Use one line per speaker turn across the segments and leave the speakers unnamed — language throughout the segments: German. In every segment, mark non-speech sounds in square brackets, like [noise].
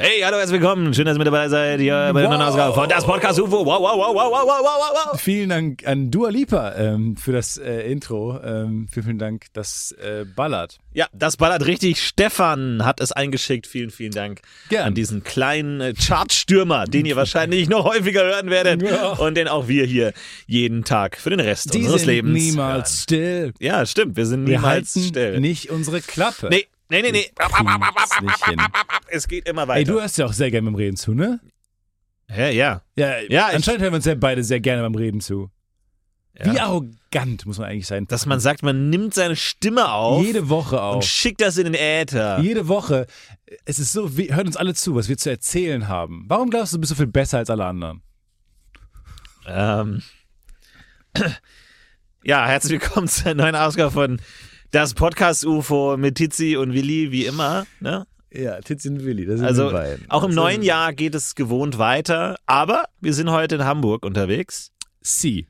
hallo, herzlich willkommen. Schön, dass ihr mit dabei seid hier bei der neuen Ausgabe von Das Podcast UFO. Wow, wow, wow, wow, wow, wow, wow, wow.
Vielen Dank an Dua Lipa ähm, für das äh, Intro. Ähm, vielen, vielen Dank, das äh, ballert.
Ja, das ballert richtig. Stefan hat es eingeschickt. Vielen, vielen Dank
Gern.
an diesen kleinen äh, Chartstürmer, den ihr wahrscheinlich noch häufiger hören werdet
Ja.
und den auch wir hier jeden Tag für den Rest
Die
unseres
sind
Lebens.
niemals still.
hören. Ja, stimmt. Wir sind
Wir
niemals
halten
still.
nicht unsere Klappe.
Nee, nee, nee, nee.
Prinzchen.
Es geht immer weiter.
Ey, du hörst ja auch sehr gerne beim Reden zu, ne?
Hä, ja.
Ja,
Ja, ich-
anscheinend hören wir uns ja beide sehr gerne beim Reden zu.
ja.
Wie arrogant muss man eigentlich sein?
Dass man sagt, man nimmt seine Stimme auf
Jede Woche auch.
und schickt das in den Äther.
Jede Woche. Es ist so, wir hören uns alle zu, was wir zu erzählen haben. Warum glaubst du, du bist so viel besser als alle anderen?
Ähm. [clears throat] Ja, herzlich willkommen zu einer neuen Ausgabe von Das Podcast UFO mit Tizi und Willi, wie immer. Ne?
Ja, Titz und Willi, das sind
Also auch im neuen Jahr geht es gewohnt weiter, aber wir sind heute in Hamburg unterwegs.
Sie.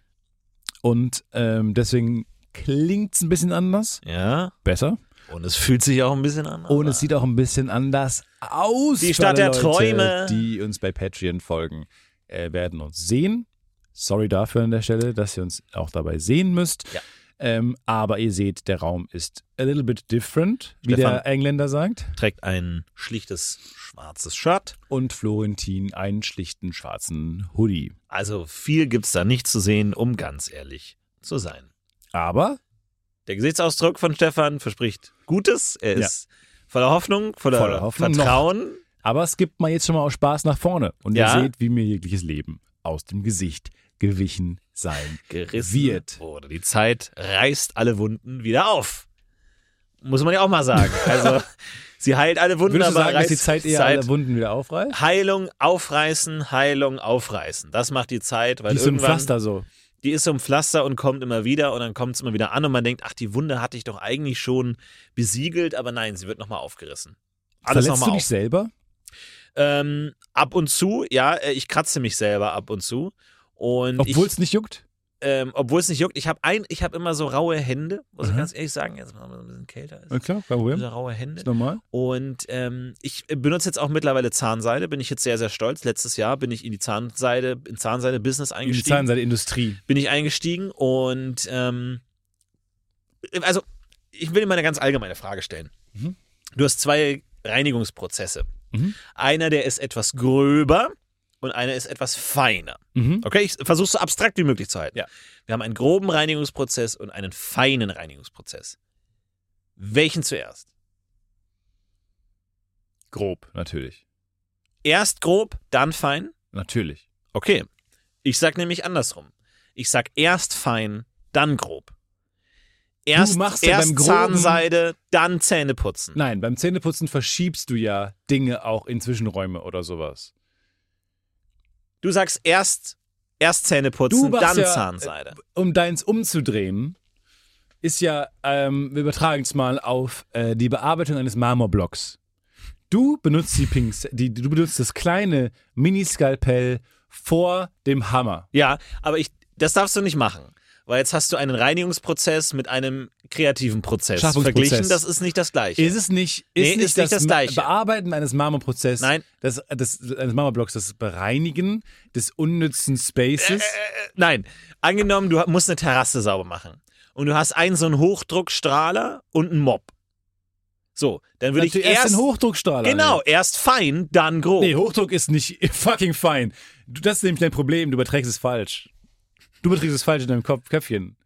Und ähm, deswegen klingt's ein bisschen anders.
Ja.
Besser.
Und es fühlt sich auch ein bisschen an.
Und
aber-
es sieht auch ein bisschen anders aus.
Die
für
Stadt der
alle Leute,
Träume.
Die uns bei Patreon folgen, äh, werden uns sehen. Sorry dafür an der Stelle, dass ihr uns auch dabei sehen müsst.
Ja.
Ähm, aber ihr seht, der Raum ist a little bit different, wie
Stefan.
der Engländer sagt.
trägt ein schlichtes schwarzes Shirt.
Und Florentin einen schlichten schwarzen Hoodie.
Also viel gibt's da nicht zu sehen, um ganz ehrlich zu sein.
Aber
Der Gesichtsausdruck von Stefan verspricht Gutes. Er
Ja.
ist voller Hoffnung, voller,
Voller Hoffnung noch.
Vertrauen.
Aber es gibt mal jetzt schon mal aus Spaß nach vorne. Und
Ja.
ihr seht, wie mir jegliches Leben aus dem Gesicht gewichen sein.
gerissen
Wird.
wurde. Die Zeit reißt alle Wunden wieder auf. Muss man ja auch mal
[laughs]
sagen. Also sie heilt alle Wunden,
Würdest du
aber
sagen, dass
reißt
die Zeit eher alle Wunden wieder aufreißt?
Heilung aufreißen, Heilung aufreißen. Das macht die Zeit, weil
Die ist so ein
irgendwann
Pflaster so.
die ist so ein Pflaster und kommt immer wieder und dann kommt es immer wieder an und man denkt, ach, die Wunde hatte ich doch eigentlich schon besiegelt, aber nein, sie wird nochmal aufgerissen. Alles
Verletzt
nochmal
du
auf.
dich selber?
Ähm, ab und zu, ja, äh, ich kratze mich selber ab und zu. Und
Obwohl
ich,
es nicht juckt?
ähm, obwohl es nicht juckt. Ich habe ein, ich habe immer so raue Hände, muss ich
Mhm.
ganz ehrlich sagen, jetzt mal ein bisschen kälter ist.
Ja, klar, kein Problem.
So raue Hände.
Ist normal.
Und ähm, ich benutze jetzt auch mittlerweile Zahnseide, bin ich jetzt sehr, sehr stolz. Letztes Jahr bin ich in die Zahnseide, in Zahnseide-Business
In die
eingestiegen.
Zahnseide-Industrie.
bin ich eingestiegen und ähm, also ich will dir mal eine ganz allgemeine Frage stellen.
Mhm.
Du hast zwei Reinigungsprozesse.
Mhm.
Einer, der ist etwas gröber und einer ist etwas feiner.
Mhm.
Okay, ich versuche so abstrakt wie möglich zu halten.
Ja.
Wir haben einen groben Reinigungsprozess und einen feinen Reinigungsprozess. Welchen zuerst?
Grob, natürlich.
Erst grob, dann fein?
Natürlich.
Okay. Ich sag nämlich andersrum. Ich sag erst fein, dann grob. Erst,
machst ja
erst
beim Groben-
Zahnseide, dann Zähne putzen.
Nein, beim Zähneputzen verschiebst du ja Dinge auch in Zwischenräume oder sowas.
Du sagst erst, erst Zähne putzen,
Du machst
dann
ja,
Zahnseide.
um deins umzudrehen, ist ja, ähm, wir übertragen es mal auf äh, die Bearbeitung eines Marmorblocks. Du benutzt die Pinks, die, du benutzt das kleine Miniskalpell vor dem Hammer.
Ja, aber ich, das darfst du nicht machen. Weil jetzt hast du einen Reinigungsprozess mit einem kreativen Prozess
Schaffungsprozess.
verglichen. Das ist nicht das Gleiche.
Ist es nicht,
Nee,
ist
ist
nicht,
nicht
das,
das
Ma-
Gleiche.
Bearbeiten eines Marmorprozesses,
Nein.
Das, das, eines Marmorblocks, das Bereinigen des unnützen Spaces.
Äh, Nein, angenommen, du musst eine Terrasse sauber machen. Und du hast einen so einen Hochdruckstrahler und einen Mob. So, dann würde ich
Natürlich erst
erst
den Hochdruckstrahler.
Genau, erst fein, dann grob.
Nee, Hochdruck ist nicht [laughs] fucking fein. Du, das ist nämlich dein Problem, du überträgst es falsch. Du überträgst es falsch in deinem Kopf, Köpfchen.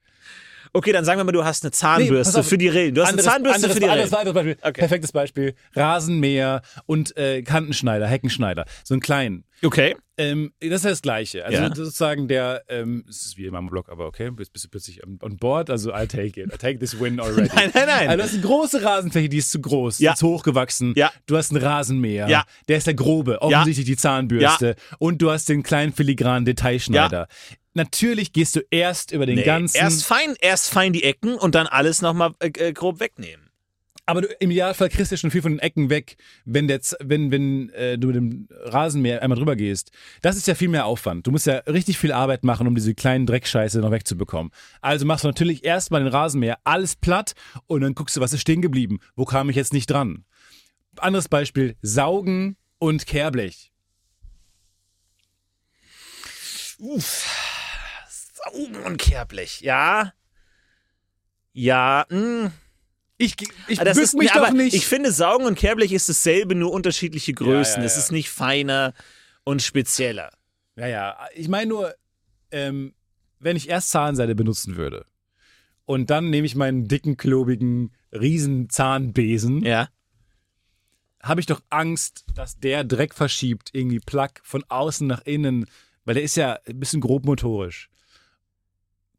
Okay, dann sagen wir mal, du hast eine
Nee, pass
Zahnbürste
auf.
für die Rillen. Du hast eine Zahnbürste
anderes,
für die
anderes,
Rillen.
anderes Beispiel.
Okay.
Perfektes Beispiel. Rasenmäher und äh, Kantenschneider, Heckenschneider. So einen kleinen.
Okay.
[laughs] Ähm, das ist ja das Gleiche. Also
Ja.
sozusagen der, ähm, es ist wie immer im Blog, aber okay, jetzt bist du plötzlich on on board. Also I take it. I take this win already.
[laughs] Nein, nein, nein.
Also du hast eine große Rasenfläche, die ist zu groß,
Ja.
die ist hochgewachsen.
Ja.
Du hast einen Rasenmäher,
Ja.
der ist der grobe, offensichtlich die Zahnbürste. Und du hast den kleinen filigranen Detailschneider. Natürlich gehst du erst über den
Nee,
ganzen.
erst fein, erst fein die Ecken und dann alles nochmal äh, äh, grob wegnehmen.
aber du, im Idealfall kriegst du schon viel von den Ecken weg, wenn, der, Z- wenn, wenn äh, du mit dem Rasenmäher einmal drüber gehst. Das ist ja viel mehr Aufwand. Du musst ja richtig viel Arbeit machen, um diese kleinen Dreckscheiße noch wegzubekommen. Also machst du natürlich erstmal den Rasenmäher alles platt und dann guckst du, was ist stehen geblieben. Wo kam ich jetzt nicht dran? anderes Beispiel, saugen und Kehrblech.
Uff. Saugen und Kehrblech. Ja. Ja. hm. Mh.
Ich, ge- ich
Ah, Das
bück
ist,
mich
aber
doch nicht.
Ich finde, Saugen und Kehrblech ist dasselbe, nur unterschiedliche Größen.
ja,
Es
ja.
ist nicht feiner und spezieller.
Ja, ja. Ich meine nur, ähm, wenn ich erst Zahnseide benutzen würde und dann nehme ich meinen dicken, klobigen, riesen Zahnbesen,
Ja.
habe ich doch Angst, dass der Dreck verschiebt, irgendwie Plug von außen nach innen, weil der ist ja ein bisschen grobmotorisch.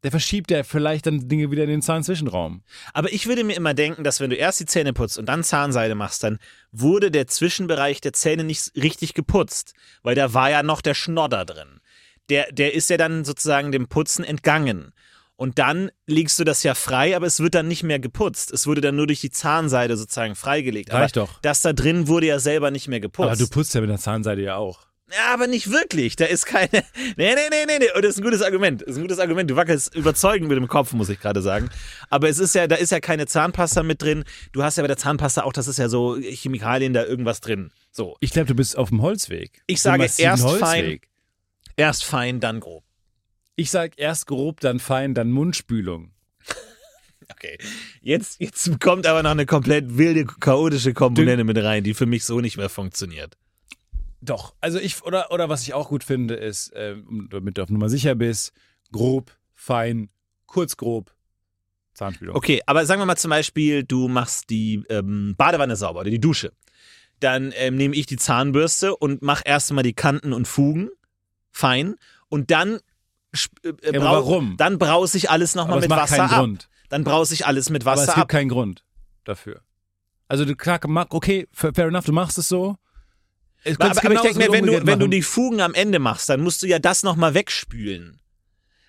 Der verschiebt ja vielleicht dann Dinge wieder in den Zahnzwischenraum.
Aber ich würde mir immer denken, dass wenn du erst die Zähne putzt und dann Zahnseide machst, dann wurde der Zwischenbereich der Zähne nicht richtig geputzt, weil da war ja noch der Schnodder drin. Der, der ist ja dann sozusagen dem Putzen entgangen. Und dann legst du das ja frei, aber es wird dann nicht mehr geputzt. Es wurde dann nur durch die Zahnseide sozusagen freigelegt.
Reicht
aber
doch.
Das da drin wurde ja selber nicht mehr geputzt.
Aber du putzt ja mit der Zahnseide ja auch.
Ja, aber nicht wirklich. Da ist keine. [laughs] Nee, nee, nee, nee, nee. Und das ist ein gutes Argument. Das ist ein gutes Argument. Du wackelst überzeugend mit dem Kopf, muss ich gerade sagen. Aber es ist ja, da ist ja keine Zahnpasta mit drin. Du hast ja bei der Zahnpasta auch, das ist ja so Chemikalien da irgendwas drin. So.
Ich glaube, du bist auf dem Holzweg.
Ich
Auf dem
sage
massiven
erst fein. Erst fein, dann grob.
Ich sage erst grob, dann fein, dann Mundspülung.
Okay. Jetzt, jetzt kommt aber noch eine komplett wilde, chaotische Komponente mit rein, die für mich so nicht mehr funktioniert.
Doch, also ich, oder, oder was ich auch gut finde, ist, äh, um- damit du auf Nummer sicher bist, grob, fein, kurz grob, Zahnspülung.
Okay, aber sagen wir mal zum Beispiel, du machst die ähm, Badewanne sauber oder die Dusche. Dann ähm, nehme ich die Zahnbürste und mache erstmal die Kanten und Fugen fein und dann sp- äh,
Ja, aber
brau-
warum?
Dann brause ich alles
Aber
nochmal
es
mit
macht
Wasser
keinen
ab.
Grund.
Dann brause ich alles mit
Aber es
Wasser
gibt
ab.
keinen Grund dafür. Also du klar, mach, okay, fair fair enough, du machst es so. Äh, Es
Aber,
kannst
aber ich
genauso
denke mir,
gut
wenn du,
umgekehrt
wenn du
machen.
die Fugen am Ende machst, dann musst du ja das nochmal wegspülen.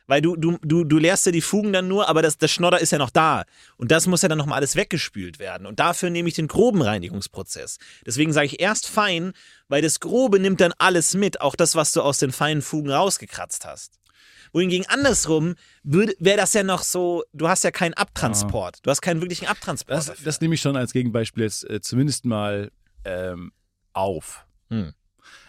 Weil du, du, du, du leerst ja die Fugen dann nur, aber das, das Schnodder ist ja noch da. Und das muss ja dann nochmal alles weggespült werden. Und dafür nehme ich den groben Reinigungsprozess. Deswegen sage ich erst fein, weil das Grobe nimmt dann alles mit, auch das, was du aus den feinen Fugen rausgekratzt hast. Wohingegen andersrum wäre das ja noch so, du hast ja keinen Abtransport. Du hast keinen wirklichen Abtransport.
Das,
dafür.
das nehme ich schon als Gegenbeispiel jetzt äh, zumindest mal ähm, auf.
Hm.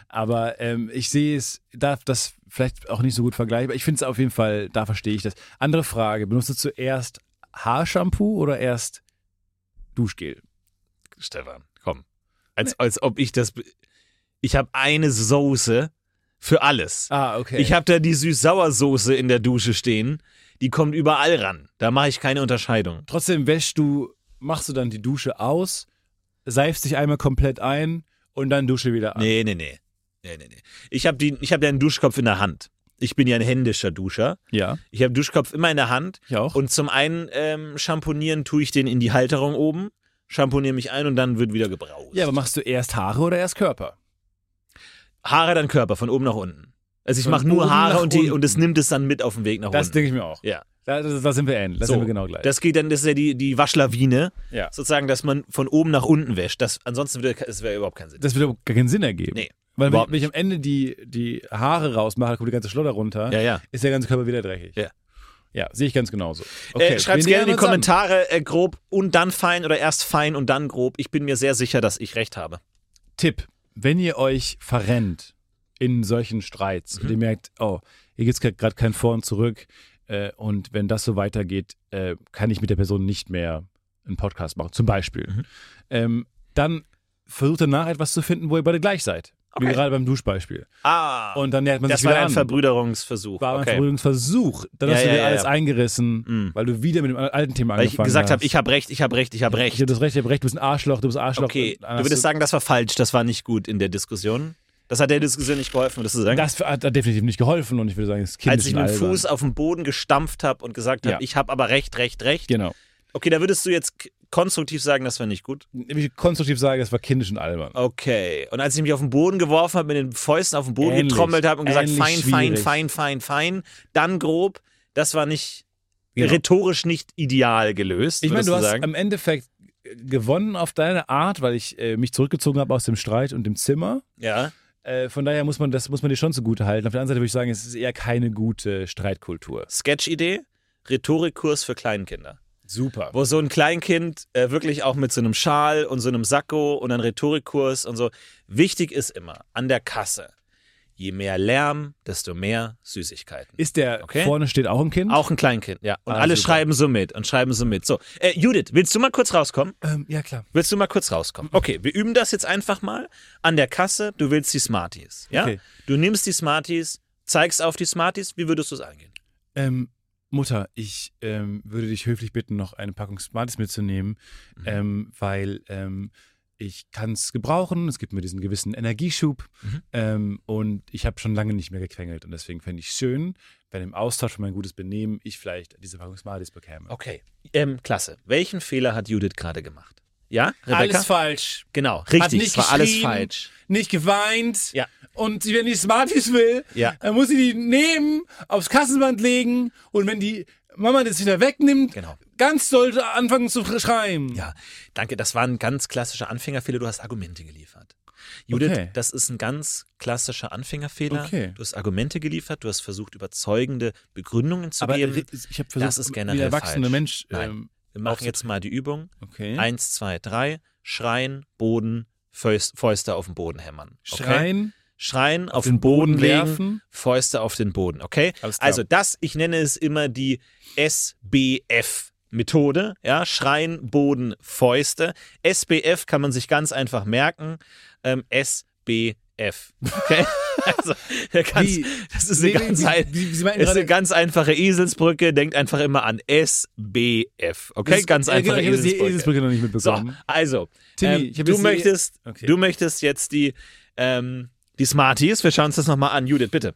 Aber ähm, ich sehe es, darf das vielleicht auch nicht so gut vergleichbar. Ich finde es auf jeden Fall, da verstehe ich das. Andere Frage, benutzt du zuerst Haarshampoo oder erst Duschgel?
Stefan, komm. Als, als ob ich das. be- Ich habe eine Soße für alles.
Ah, okay.
Ich habe da die Süß-Sauer-Soße in der Dusche stehen. Die kommt überall ran. Da mache ich keine Unterscheidung.
Trotzdem wäschst du, machst du dann die Dusche aus, seifst dich einmal komplett ein und dann Dusche wieder an.
Nee, nee, nee. Nee, nee, nee. Ich habe hab ja einen Duschkopf in der Hand. Ich bin ja ein händischer Duscher.
Ja,
Ich habe Duschkopf immer in der Hand.
ich auch.
Und zum einen ähm, schamponieren tue ich den in die Halterung oben, schamponiere mich ein und dann wird wieder gebraust.
ja, aber machst du erst Haare oder erst Körper?
Haare, dann Körper, von oben nach unten. Also ich
Von
mache nur
oben
Haare
nach
und, die, und es
unten.
nimmt es dann mit auf den Weg nach
Das
unten.
denke ich mir auch.
Ja.
Da, da, da sind wir ähnlich. Da
So,
sind wir genau gleich.
Das geht dann, das ist ja die, die Waschlawine,
ja.
sozusagen, dass man von oben nach unten wäscht. Das, ansonsten würde es wäre überhaupt keinen Sinn.
das würde überhaupt gar keinen Sinn ergeben.
Nee,
Weil wenn ich,
überhaupt
wenn ich am Ende die, die Haare rausmache, kommt die ganze Schlodder runter,
Ja, ja.
ist der ganze Körper wieder dreckig.
Ja.
Ja, sehe ich ganz genauso.
äh, Schreibt gerne in
wir
die
nähern uns an.
Kommentare äh, grob und dann fein oder erst fein und dann grob. Ich bin mir sehr sicher, dass ich recht habe.
Tipp, wenn ihr euch verrennt in solchen Streits
Mhm.
und ihr merkt, oh, hier gibt es gerade kein Vor und Zurück äh, und wenn das so weitergeht, äh, kann ich mit der Person nicht mehr einen Podcast machen, zum Beispiel.
Mhm.
Ähm, dann versucht danach etwas zu finden, wo ihr beide gleich seid. Wie
Okay.
gerade beim Duschbeispiel.
Ah,
Und dann nähert man
das
sich
war
wieder
ein
an.
Verbrüderungsversuch.
war mein
okay.
Verbrüdungsversuch. Dann
Ja,
hast du
ja,
dir
ja,
alles
ja.
eingerissen,
Mhm.
weil du wieder mit dem alten Thema
Weil ich
angefangen
gesagt
hast.
habe, ich habe recht, ich habe recht, ich habe
Ich hab also-
recht.
das Recht, ich habe recht, du bist ein Arschloch, du bist ein Arschloch.
Okay,
Dann hast
du würdest sagen, das war falsch, das war nicht gut in der Diskussion. Das hat der Diskussion nicht geholfen, würdest du sagen?
das hat hat definitiv nicht geholfen und ich würde sagen, das Kind
Als
ist
ich mit dem
albern.
Fuß auf den Boden gestampft habe und gesagt habe,
Ja.
ich habe aber recht, recht, recht.
Genau.
Okay, da würdest du jetzt k- konstruktiv sagen, das war nicht gut.
Wenn Ich konstruktiv sage, es war kindisch und albern.
Okay. Und als ich mich auf den Boden geworfen habe, mit den Fäusten auf den Boden
Ähnlich.
getrommelt habe und gesagt,
Ähnlich
fein, fein,
schwierig.
fein, fein, fein, dann grob, das war nicht
Genau.
rhetorisch nicht ideal gelöst.
Ich meine,
würdest
du hast ähm,
sagen.
im Endeffekt äh, gewonnen auf deine Art, weil ich äh, mich zurückgezogen habe aus dem Streit und dem Zimmer.
ja.
Äh, von daher muss man das muss man dir schon zugute halten. Auf der anderen Seite würde ich sagen, es ist eher keine gute Streitkultur.
Sketch-Idee, Rhetorikkurs für Kleinkinder.
Super.
wo so ein Kleinkind äh, wirklich auch mit so einem Schal und so einem Sakko und einem Rhetorikkurs und so. Wichtig ist immer an der Kasse, je mehr Lärm, desto mehr Süßigkeiten.
Ist der
Okay.
vorne steht auch ein Kind?
auch ein Kleinkind, ja. Und
Ah,
alle
super.
schreiben so mit und schreiben so mit. So, äh, Judith, willst du mal kurz rauskommen?
Ähm, ja, klar.
Willst du mal kurz rauskommen?
Mhm.
Okay, wir üben das jetzt einfach mal an der Kasse. Du willst die Smarties, ja?
Okay.
Du nimmst die Smarties, zeigst auf die Smarties. Wie würdest du es angehen?
Ähm, Mutter, ich ähm, würde dich höflich bitten, noch eine Packung Smarties mitzunehmen,
Mhm.
ähm, weil ähm, ich kann es gebrauchen. Es gibt mir diesen gewissen Energieschub
Mhm.
ähm, und ich habe schon lange nicht mehr gequengelt und deswegen fände ich schön, wenn im Austausch für mein gutes Benehmen ich vielleicht diese Packung Smarties bekäme.
Okay. Ähm, klasse. Welchen Fehler hat Judith gerade gemacht? Ja, Rebecca?
Alles falsch.
genau, richtig.
Hat nicht
es war alles
geschrien,
falsch.
Nicht geweint.
Ja.
Und wenn die Smarties will,
Ja.
dann muss sie die nehmen, aufs Kassenband legen und wenn die Mama das wieder wegnimmt,
Genau.
ganz doll anfangen zu schreien.
Ja, danke. Das war ein ganz klassischer Anfängerfehler. Du hast Argumente geliefert. Judith,
Okay.
das ist ein ganz klassischer Anfängerfehler.
Okay.
Du hast Argumente geliefert, du hast versucht, überzeugende Begründungen zu
Aber äh,
geben.
ich habe versucht,
das ist generell
wie der erwachsene
falsch.
Mensch.
Nein.
Ähm,
Wir machen
aufzutreten.
jetzt mal die Übung.
okay.
Eins, zwei, drei. Schreien, Boden, Fäust, Fäuste auf den Boden hämmern. Okay?
Schreien,
Schreien, auf
den
den Boden,
Boden
legen,
werfen.
Fäuste auf den Boden. Okay?
Alles klar.
Also das, ich nenne es immer die SBF. Methode, ja, Schreien, Boden, Fäuste. SBF kann man sich ganz einfach merken. Ähm, SBF.
[laughs]
Okay? Also, der ganz,
Wie?
das ist eine,
Nee, nee,
ganz,
Sie-
ein-
Sie, Sie meinten
ist eine
gerade,
ganz einfache Eselsbrücke. Denkt einfach immer an SBF. Okay,
das-
ganz
äh, genau,
einfache
Ich habe die
Eselsbrücke.
Eselsbrücke noch nicht
So,
mitbekommen.
also,
Hm. Timmy,
ähm,
ich hab
du,
jetzt die-
möchtest,
Okay.
du möchtest jetzt die, ähm, die Smarties. Wir schauen uns das nochmal an. Judith, bitte.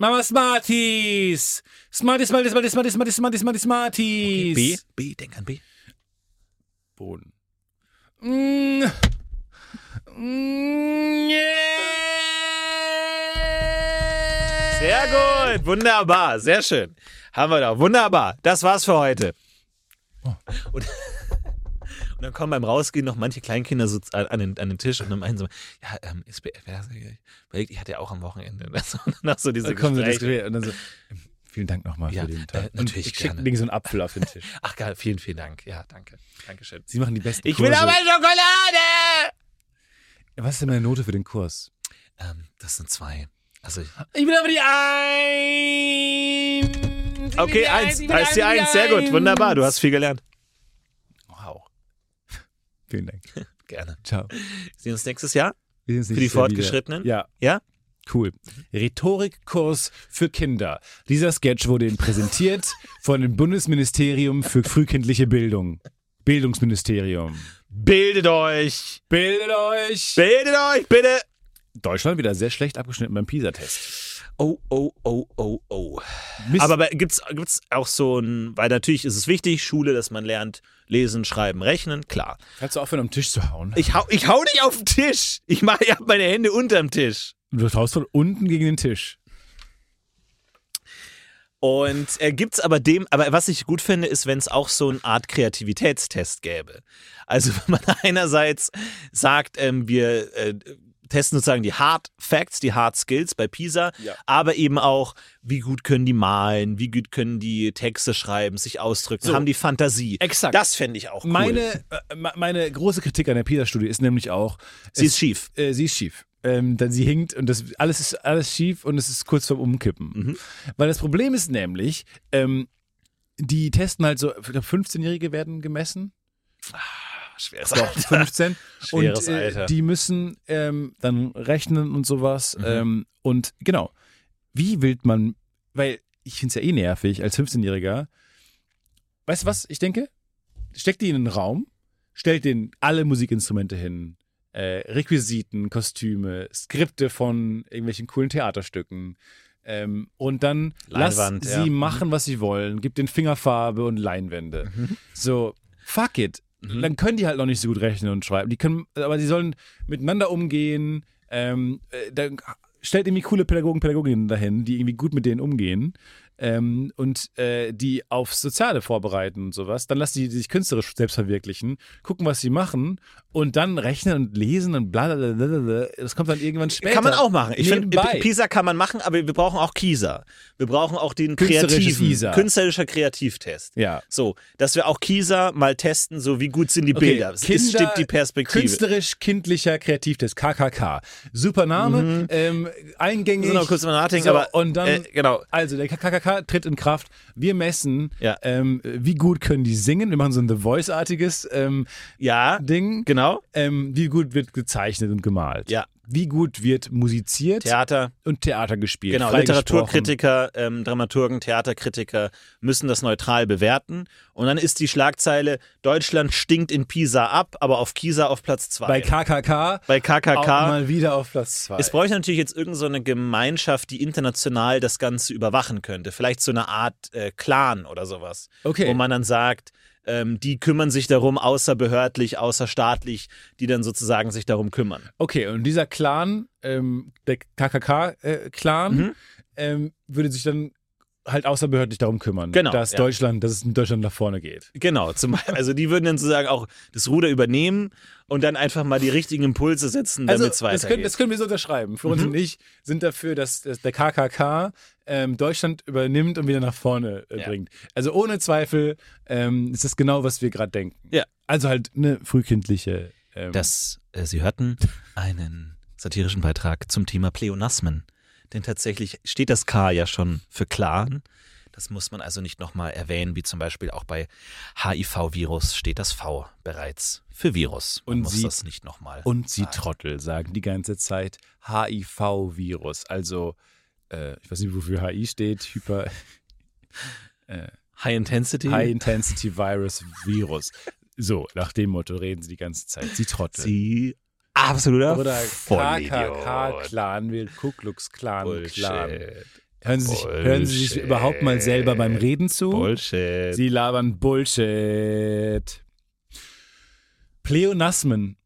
Mama Smarties! Smarties, Smarties, Smarties, Smarties, Smarties, Smarties, Smarties, Smarties!
B, B, denk an B.
Boden. Mm. Mm, yeah.
Sehr gut, wunderbar, sehr schön. Haben wir da, wunderbar. Das war's für heute.
Oh.
Und, [laughs] und dann kommen beim Rausgehen noch manche Kleinkinder so an, an, den, an den Tisch und dann meinen so, ja, ähm, ist, be- wer- überlegt, ich hatte ja auch am Wochenende. Das, und dann auch [laughs] so diese
Dann kommen sie ins
Gespräche.
Gespräch und dann so. Vielen Dank nochmal
Ja,
für den
äh,
Tag.
natürlich
und ich schick
gerne.
denen so einen Apfel auf den Tisch.
Ach geil, vielen, vielen Dank. Ja, danke. Dankeschön.
Sie machen die besten
Ich will
Kurse.
aber Schokolade!
Was ist denn meine Note für den Kurs?
Ähm, das sind zwei. Also,
Ich will aber die Eins. Ich will
okay,
die
eins.
ich will
Da ist die Eins. Sehr gut. Wunderbar. Du hast viel gelernt.
Wow. Vielen Dank.
Gerne.
Ciao.
Sehen uns nächstes Jahr.
Wir sehen uns
die
nächstes Jahr
Fortgeschrittenen?
Wieder. Ja.
Ja?
Cool. Rhetorikkurs für Kinder. Dieser Sketch wurde Ihnen präsentiert von dem Bundesministerium für frühkindliche Bildung. Bildungsministerium.
Bildet euch.
Bildet euch!
Bildet euch, bitte.
Deutschland wieder sehr schlecht abgeschnitten beim PISA-Test.
Oh, oh, oh, oh, oh.
Mist.
Aber bei- gibt's, gibt's auch so ein, weil natürlich ist es wichtig, Schule, dass man lernt, lesen, schreiben, rechnen, klar.
Kannst du aufhören, am Tisch zu hauen?
Ich hau, ich hau dich auf den Tisch. Ich mach, ich hab meine Hände unterm Tisch.
Du haust von unten gegen den Tisch.
Und äh, gibt's aber dem, aber was ich gut finde, ist, wenn es auch so eine Art Kreativitätstest gäbe. Also [laughs] wenn man einerseits sagt, ähm, wir äh, testen sozusagen die Hard Facts, die Hard Skills bei PISA,
Ja.
aber eben auch, wie gut können die malen, wie gut können die Texte schreiben, sich ausdrücken,
So.
haben die Fantasie.
Exakt.
Das fände ich auch cool.
Meine, äh, me- meine große Kritik an der PISA-Studie ist nämlich auch,
Sie ist schief.
äh, sie ist schief. Ähm, dann sie hinkt und das alles ist alles schief und es ist kurz vorm Umkippen. Weil das Problem ist nämlich, ähm, die testen halt so, ich glaube, 15-Jährige werden gemessen.
Schweres
Doch, 15.
[laughs] Schweres
Ah, und äh,
Alter. Mhm.
die müssen ähm, dann rechnen und sowas. Ähm, und genau, wie will man, weil ich finde es ja eh nervig als 15-Jähriger. Weißt du was, ich denke? Steckt die in einen Raum, stellt denen alle Musikinstrumente hin, äh, Requisiten, Kostüme, Skripte von irgendwelchen coolen Theaterstücken. Ähm, und dann
Leinwand,
lass
ja.
sie machen, was sie wollen, gibt den Fingerfarbe und Leinwände.
Mhm.
So, fuck it. Dann können die halt noch nicht so gut rechnen und schreiben. Die können, aber die sollen miteinander umgehen. Ähm, äh, dann stellt irgendwie coole Pädagogen, Pädagoginnen dahin, die irgendwie gut mit denen umgehen ähm, und äh, die auf Soziale vorbereiten und sowas. Dann lasst die, die sich künstlerisch selbst verwirklichen, gucken, was sie machen und dann rechnen und lesen und bla bla bla. bla, bla. Das kommt dann irgendwann später.
Kann man auch machen. Ich äh, finde,
Nebenbei.
Pisa kann man machen, aber wir brauchen auch Kisa. Wir brauchen auch den
Künstlerisches
kreativen,
ISA.
künstlerischer Kreativtest.
Ja.
So, dass wir auch Kisa mal testen, so wie gut sind die
Okay,
Bilder.
Kinder-
es stimmt die Perspektive.
Künstlerisch-kindlicher Kreativtest, KKK. Super Name, ähm, eingängig.
So, Mhm. noch kurz mal nachdenken,
So,
aber
und dann,
äh, genau.
also der KKK tritt in Kraft. Wir messen,
Ja.
ähm, wie gut können die singen. Wir machen so ein The Voice-artiges ähm,
Ja,
Ding.
genau.
Ähm, wie gut wird gezeichnet und gemalt.
Ja.
Wie gut wird musiziert
Theater,
und Theater gespielt.
genau.
frei gesprochen.
Literaturkritiker, ähm, Dramaturgen, Theaterkritiker müssen das neutral bewerten. Und dann ist die Schlagzeile: Deutschland stinkt in Pisa ab, aber auf Kisa auf Platz 2.
Bei KKK,
Bei
auch
KKK
mal wieder auf Platz 2.
Es bräuchte natürlich jetzt irgendeine so eine Gemeinschaft, die international das Ganze überwachen könnte. Vielleicht so eine Art äh, Clan oder sowas.
Okay.
Wo man dann sagt, ähm, die kümmern sich darum, außerbehördlich, außerstaatlich, die dann sozusagen sich darum kümmern.
Okay, und dieser Clan, ähm, der KKK-Clan,
Mhm.
äh, ähm, würde sich dann halt außerbehördlich darum kümmern,
Genau,
dass
ja.
Deutschland, dass es in Deutschland nach vorne geht.
Genau, zum, also die würden dann sozusagen auch das Ruder übernehmen und dann einfach mal die richtigen Impulse setzen, damit Also es
Also, das
weitergeht.
können, das können wir so unterschreiben. Florenz
Mhm.
und ich sind dafür, dass, dass der KKK ähm, Deutschland übernimmt und wieder nach vorne äh,
Ja.
bringt. Also ohne Zweifel ähm, ist das genau, was wir gerade denken.
Ja.
Also halt eine frühkindliche. Ähm,
Das, äh, Sie hörten einen satirischen Beitrag zum Thema Pleonasmen. Denn tatsächlich steht das K ja schon für Clan. Das muss man also nicht nochmal erwähnen, wie zum Beispiel auch bei HIV-Virus steht das V bereits für Virus. Man
Und
muss
sie-
das nicht nochmal.
Und sie
sagen.
Trottel sagen die ganze Zeit HIV-Virus. Also, äh, ich weiß nicht, wofür HI steht. Hyper
High Intensity.
High Intensity Virus Virus. So, nach dem Motto reden sie die ganze Zeit. Sie Trottel.
Sie absoluter
Oder
Vollidiot.
KKK-Clan will Ku Klux Klan Clan.
Bullshit.
Hören sie, sich, hören sie sich
Bullshit.
überhaupt mal selber beim Reden zu?
Bullshit.
Sie labern Bullshit. Pleonasmen.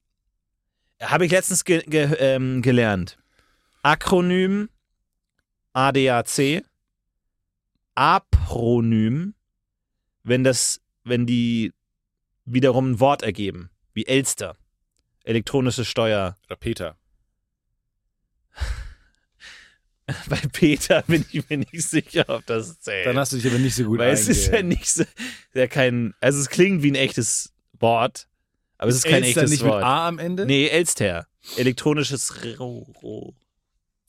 Habe ich letztens ge ge ähm, gelernt. Akronym ADAC. Apronym, wenn das, wenn die wiederum ein Wort ergeben, wie Elster. Elektronische Steuer. [laughs]
Oder Peter.
Bei Peter bin ich mir nicht sicher, ob das zählt.
Dann hast du dich aber nicht so gut
Weil es ist ja
eingeändert.
nicht so, ja kein, also es klingt wie ein echtes Wort, aber es ist kein
Elster
echtes
nicht
Wort.
mit A am Ende?
Nee, Elster. Elektronisches Ro Ro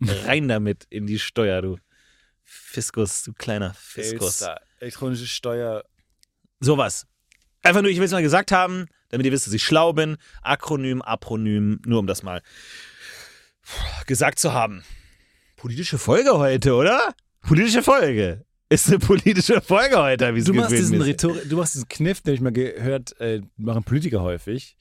Rein damit in die Steuer, du Fiskus, du kleiner Fiskus.
Elster. Elektronische Steuer.
Sowas. Einfach nur, ich will es mal gesagt haben, damit ihr wisst, dass ich schlau bin. Akronym, Apronym, nur um das mal gesagt zu haben. Politische Folge heute, oder? Politische Folge. Ist eine politische Folge heute, habe ich
Du machst, diesen
gesehen.
Rhetor du machst diesen Kniff, den hab ich mal gehört, äh, machen Politiker häufig.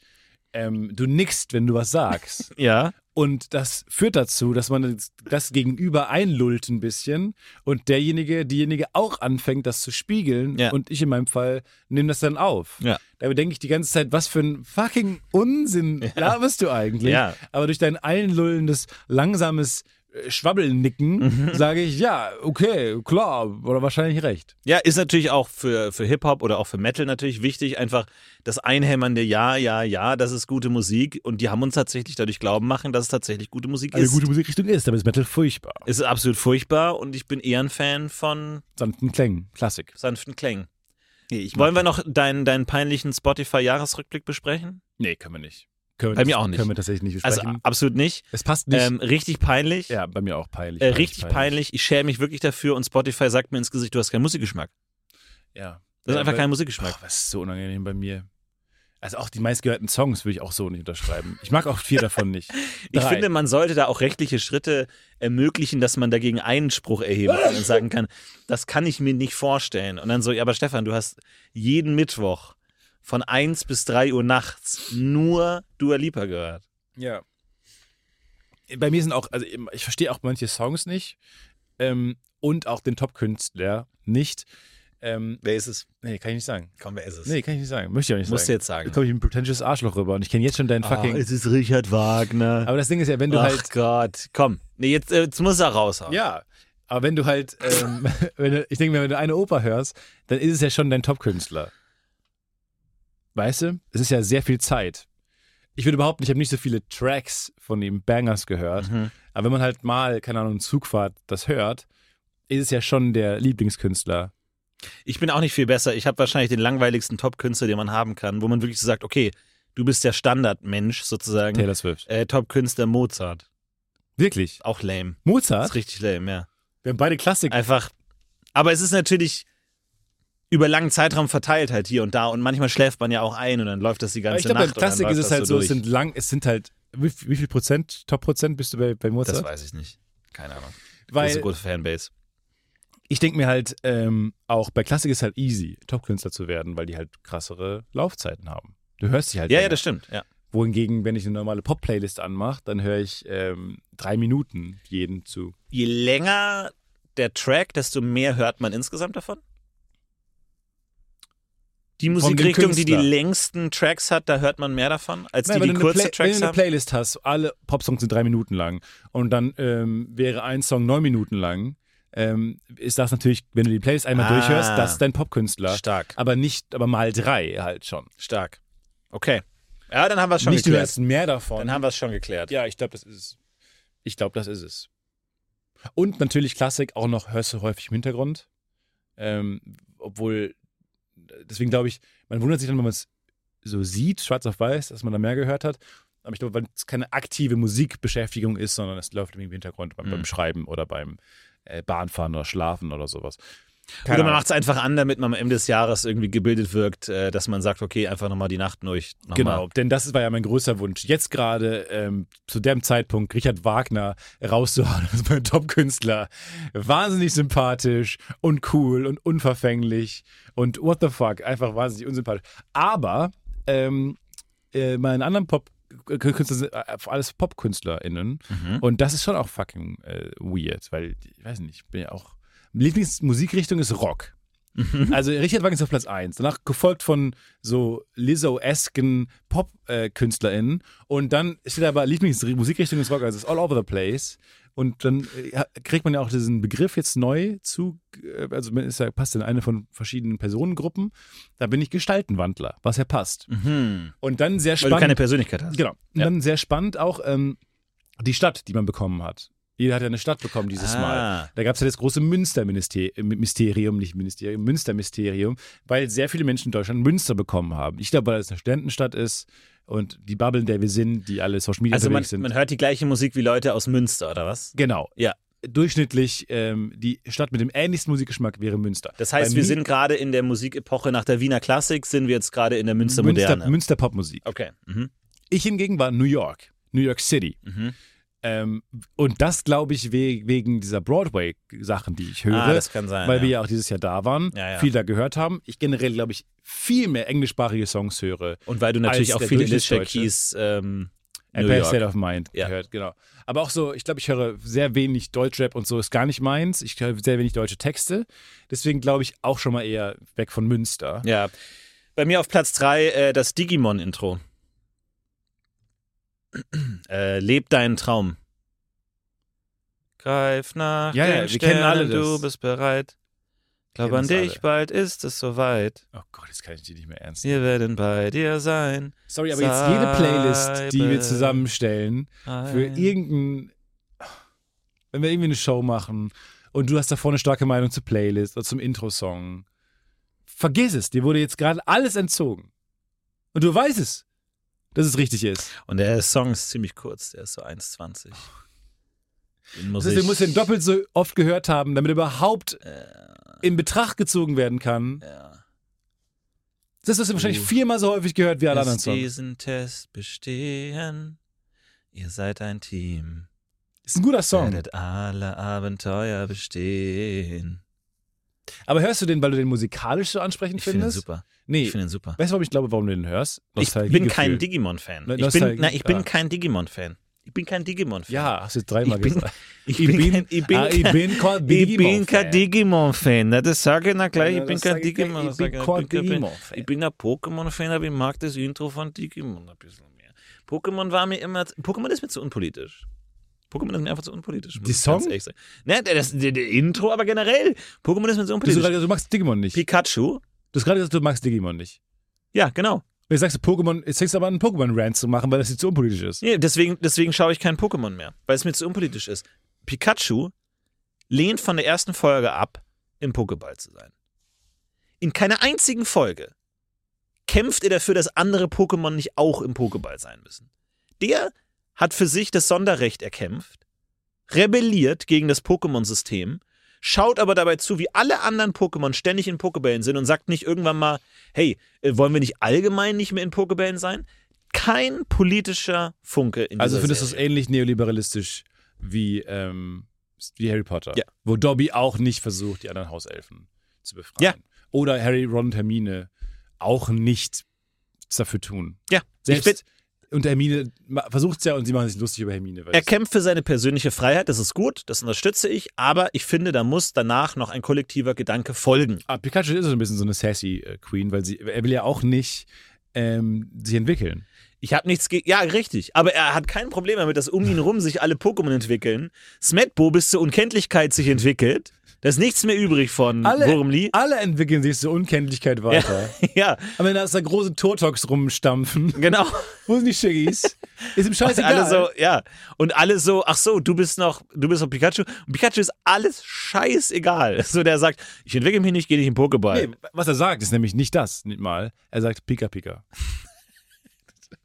Ähm, du nickst, wenn du was sagst.
[laughs] Ja.
Und das führt dazu, dass man das- das Gegenüber einlullt ein bisschen und derjenige, diejenige auch anfängt, das zu spiegeln.
Ja.
Und ich in meinem Fall nehme das dann auf.
Ja.
Dabei denke ich die ganze Zeit, was für ein fucking Unsinn [laughs] laberst du eigentlich?
Ja.
Aber durch dein einlullendes, langsames äh, Schwabbelnicken
Mhm.
sage ich, ja, okay, klar, oder wahrscheinlich recht.
Ja, ist natürlich auch für, für Hip-Hop oder auch für Metal natürlich wichtig, einfach das einhämmernde Ja, ja, ja, das ist gute Musik und die haben uns tatsächlich dadurch glauben machen, dass es tatsächlich gute Musik
Eine
ist.
gute Musikrichtung ist, aber ist Metal furchtbar.
Es ist absolut furchtbar und ich bin eher ein Fan von
Sanften Klängen, Klassik.
sanften Klängen.
ich
Wollen wir noch deinen, deinen peinlichen Spotify-Jahresrückblick besprechen?
Nee, können wir nicht. Können wir
Bei mir
das-
auch nicht.
Können wir tatsächlich nicht
Also
besprechen.
a- absolut nicht.
es passt nicht.
Ähm, richtig peinlich.
Ja, bei mir auch peinlich.
äh, richtig peinlich. Ich schäme mich wirklich dafür und Spotify sagt mir ins Gesicht, du hast keinen Musikgeschmack.
Ja.
Das ist
ja,
einfach
weil-
kein Musikgeschmack.
Boah, was ist so unangenehm bei mir? Also auch die meistgehörten Songs würde ich auch so nicht unterschreiben. Ich mag auch vier davon nicht.
[laughs] Ich
Drei.
finde, man sollte da auch rechtliche Schritte ermöglichen, dass man dagegen Einspruch erheben kann und sagen kann, das kann ich mir nicht vorstellen. Und dann so, ja, aber Stefan, du hast jeden Mittwoch von 1 bis 3 Uhr nachts nur Dua Lipa gehört.
Ja. Bei mir sind auch, also eben, ich verstehe auch manche Songs nicht ähm, und auch den Top-Künstler nicht. Ähm,
Wer ist es?
nee, kann ich nicht sagen.
Komm, wer ist es?
Nee, kann ich nicht sagen. Möchte ich auch nicht
Musst du
sagen.
jetzt sagen. Ah,
Jetzt komme ich ein pretentious Arschloch rüber und ich kenne jetzt schon deinen fucking.
ist Richard Wagner.
aber das Ding ist ja, wenn du
Ach
halt.
Gott, komm. Nee, jetzt, äh, jetzt muss er raushauen.
Ja. Aber wenn du halt, ähm, [laughs] wenn du, ich denke mir, wenn du eine Oper hörst, dann ist es ja schon dein Top-Künstler. Weißt du? Es ist ja sehr viel Zeit. Ich würde behaupten, ich habe nicht so viele Tracks von ihm Bangers gehört. Aber wenn man halt mal, keine Ahnung, Zugfahrt das hört, ist es ja schon der Lieblingskünstler.
Ich bin auch nicht viel besser. Ich habe wahrscheinlich den langweiligsten Top-Künstler, den man haben kann, wo man wirklich so sagt, okay, du bist der Standardmensch sozusagen.
Taylor Swift.
Äh, Top-Künstler Mozart.
Wirklich?
Auch lame. Das
Mozart?
ist richtig lame, ja.
Wir haben beide Klassiker.
Einfach. Aber es ist natürlich über langen Zeitraum verteilt halt hier und da und manchmal schläft man ja auch ein und dann läuft das die ganze
Ich glaube,
Nacht.
beim
und dann
Klassik
läuft
ist es
das
halt so, es
durch.
sind lang, es sind halt, wie, wie viel Prozent, Top-Prozent bist du bei, bei Mozart?
das weiß ich nicht. Keine Ahnung. Große,
Weil
gute Fanbase.
ich denke mir halt, ähm, auch bei Klassik ist halt easy, Top-Künstler zu werden, weil die halt krassere Laufzeiten haben. Du hörst dich halt.
Ja, ja,
länger.
das stimmt. Ja.
Wohingegen, wenn ich eine normale Pop-Playlist anmache, dann höre ich ähm, drei Minuten jeden zu.
Je länger der Track, desto mehr hört man insgesamt davon. Die
dem
Musikrichtung, die die
Künstler.
längsten Tracks hat, da hört man mehr davon, als
Nein,
die,
wenn,
die
du eine
kurze
Play- wenn
Tracks
du eine
haben.
Playlist hast, alle Popsongs sind drei Minuten lang und dann ähm, wäre ein Song neun Minuten lang, ähm, ist das natürlich, wenn du die Playlist einmal
Ah.
durchhörst, das ist dein Popkünstler.
Stark,
Aber nicht, aber mal drei halt schon.
stark. Okay. Ja, dann haben wir es schon
nicht du
geklärt.
hörst mehr davon.
Dann haben wir es schon geklärt.
ja, ich glaube, das ist es. Ich glaube, das ist es. Und natürlich Klassik auch noch hörst du häufig im Hintergrund. Ähm, obwohl, deswegen glaube ich, man wundert sich dann, wenn man es so sieht, schwarz auf weiß, dass man da mehr gehört hat. Aber ich glaube, weil es keine aktive Musikbeschäftigung ist, sondern es läuft irgendwie im Hintergrund beim,
Mhm.
beim Schreiben oder beim äh, Bahnfahren oder Schlafen oder sowas. Keine
Oder man
Ahnung.
macht es einfach an, damit man am Ende des Jahres irgendwie gebildet wirkt, äh, dass man sagt, okay, einfach nochmal die Nacht durch. Noch
Genau,
Mal.
denn das war ja mein größter Wunsch. Jetzt gerade ähm, zu dem Zeitpunkt Richard Wagner rauszuhauen als mein Top-Künstler. Wahnsinnig sympathisch und cool und unverfänglich und what the fuck, einfach wahnsinnig unsympathisch. Aber ähm, äh, meine anderen Pop Künstler sind äh, alles Popkünstlerinnen
Mhm.
und das ist schon auch fucking äh, weird, weil ich weiß nicht, ich bin ja auch Lieblingsmusikrichtung ist Rock.
Mhm.
Also Richard Wagner ist auf Platz 1, danach gefolgt von so Lizzo-esken Pop-KünstlerInnen und dann steht aber Lieblingsmusikrichtung ist Rock, also ist all over the place und dann äh, ha- kriegt man ja auch diesen Begriff jetzt neu zu, äh, also man ist ja, passt in eine von verschiedenen Personengruppen, da bin ich Gestaltenwandler, was ja passt.
Mhm.
Und dann sehr
Weil du
spannend.
keine Persönlichkeit hast.
Genau. Und
Ja.
dann sehr spannend auch ähm, die Stadt, die man bekommen hat. Jeder hat ja eine Stadt bekommen dieses
Ah.
Mal. Da gab es ja das große Münsterministerium, nicht Ministerium, Münstermysterium, weil sehr viele Menschen in Deutschland Münster bekommen haben. Ich glaube, weil es eine Studentenstadt ist und die Bubble, in der wir sind, die alle Social Media
Also man,
unterwegs sind.
man hört die gleiche Musik wie Leute aus Münster, oder was?
genau.
Ja.
Durchschnittlich ähm, die Stadt mit dem ähnlichsten Musikgeschmack wäre Münster.
Das heißt,
Bei
wir
mir-
sind gerade in der Musikepoche nach der Wiener Klassik, sind wir jetzt gerade in der Münster
Münster,
Moderne.
Münster Popmusik.
okay. Mhm.
Ich hingegen war New York, New York City.
Mhm.
Ähm, und das glaube ich we wegen dieser Broadway-Sachen, die ich höre,
Ah, das kann sein.
weil
ja.
wir ja auch dieses Jahr da waren,
Ja, ja.
viel da gehört haben. Ich generell glaube ich viel mehr englischsprachige Songs höre.
Und weil du natürlich
als
auch
der
viele Alicia
Durchschnittsdeutsche. Äh,
Keys ähm, New
Empire
York.
State of Mind
Ja.
gehört, genau. Aber auch so, ich glaube, ich höre sehr wenig Deutschrap und so, ist gar nicht meins. Ich höre sehr wenig deutsche Texte. Deswegen glaube ich auch schon mal eher weg von Münster.
Ja. Bei mir auf Platz 3 äh, das Digimon-Intro. äh, leb deinen Traum. Greif nach
Ja, ja,
den
wir kennen alle
Sternen,
das.
du bist bereit. Glaub
Kennen
an
das
dich,
alle.
bald ist es soweit.
Oh Gott, jetzt kann ich die nicht mehr ernst nehmen.
Wir werden bei dir sein.
Sorry, aber jetzt jede Playlist, die wir zusammenstellen,
Ah,
für irgendein, wenn wir irgendwie eine Show machen und du hast davor eine starke Meinung zur Playlist oder zum Intro-Song, vergiss es, dir wurde jetzt gerade alles entzogen. Und du weißt es, dass es richtig ist.
Und der Song ist ziemlich kurz, der ist so 1,20. Den muss
Deswegen
ich-
musst du ihn doppelt so oft gehört haben, damit er überhaupt in Betracht gezogen werden kann.
Ja.
Das hast du wahrscheinlich
Uh.
viermal so häufig gehört wie alle anderen
Lass
Songs.
diesen Test bestehen. Ihr seid ein Team.
Ist ein guter Song.
Werdet alle Abenteuer bestehen.
Aber hörst du den, weil du den musikalisch so ansprechend
Ich finde ihn
findest?
super.
Nee.
Ich finde ihn super.
weißt du, warum ich glaube, warum du den hörst?
Ich bin kein
Nostalgiegefühl.
Digimon-Fan. Ich,
Nostalgie-
bin- na, ich bin
ah.
kein Digimon-Fan. Ich bin kein Digimon-Fan.
Ja, hast du jetzt dreimal
Ich bin-
gesagt.
ich bin kein- ich bin
ah, ich
kein-
bin kein
Ich bin kein
Digimon-Fan.
Digimon-Fan, ne? das sage ich na gleich.
Ja,
ich bin
das
kein
sag ich gleich,
Digimon.
ich
das
bin
sag ich,
kein
kein-
Digimon-Fan.
Ich bin ein Pokémon-Fan, aber ich mag das Intro von Digimon ein bisschen mehr. Pokémon war mir immer. Pokémon ist mir zu unpolitisch. Pokémon ist mir einfach zu unpolitisch. muss
Die
ich ganz
Song?
ehrlich sagen. Ne, das, das, das Intro, aber generell. Pokémon ist mir zu
Du, hast
unpolitisch.
gerade gesagt, du magst Digimon nicht. Du
Pikachu?
hast gerade gesagt, du magst Digimon nicht.
Ja, genau.
Und jetzt sagst du Pokémon, jetzt fängst du aber an, einen Pokémon-Rant zu machen, weil das jetzt so unpolitisch ist.
Nee, deswegen, deswegen schaue ich kein Pokémon mehr, weil es mir zu unpolitisch ist. Pikachu lehnt von der ersten Folge ab, im Pokéball zu sein. In keiner einzigen Folge kämpft er dafür, dass andere Pokémon nicht auch im Pokéball sein müssen. Der hat für sich das Sonderrecht erkämpft, rebelliert gegen das Pokémon-System, schaut aber dabei zu, wie alle anderen Pokémon ständig in Pokébällen sind und sagt nicht irgendwann mal, hey, äh, wollen wir nicht allgemein nicht mehr in Pokébällen sein? Kein politischer Funke in
Also
dieser
findest du es
Serie.
ähnlich neoliberalistisch wie, ähm, wie Harry Potter.
Ja.
Wo Dobby auch nicht versucht, die anderen Hauselfen zu befreien.
Ja.
Oder Harry, Ron und Hermine auch nicht dafür tun.
Ja, ich
Selbst
bin,
und Hermine versucht es ja und sie machen sich lustig über Hermine. Weil
Er kämpft für seine persönliche Freiheit, das ist gut, das unterstütze ich, aber ich finde, da muss danach noch ein kollektiver Gedanke folgen.
Ah, Pikachu ist so ein bisschen so eine sassy äh, Queen, weil sie, er will ja auch nicht ähm, sich entwickeln.
Ich habe nichts gegen. Ja, richtig. Aber er hat kein Problem damit, dass um ihn rum sich alle Pokémon entwickeln. Smetbo bis zur Unkenntlichkeit sich entwickelt. Da ist nichts mehr übrig von
Alle-
Wurmli.
Alle entwickeln sich zur
[laughs]
Unkenntlichkeit weiter.
Ja,
Aber da ist da große Turtox
[laughs]
rumstampfen. [laughs]
genau.
Wo sind die Shiggies? Ist ihm scheißegal.
Alle so, ja. Und alle so, ach so, du bist noch, du bist noch Pikachu. Und Pikachu ist alles scheißegal. [laughs] So, der sagt, ich entwickle mich nicht, gehe nicht in Pokéball.
Nee, was er sagt, ist nämlich nicht das, nicht mal. Er sagt Pika Pika.
[laughs]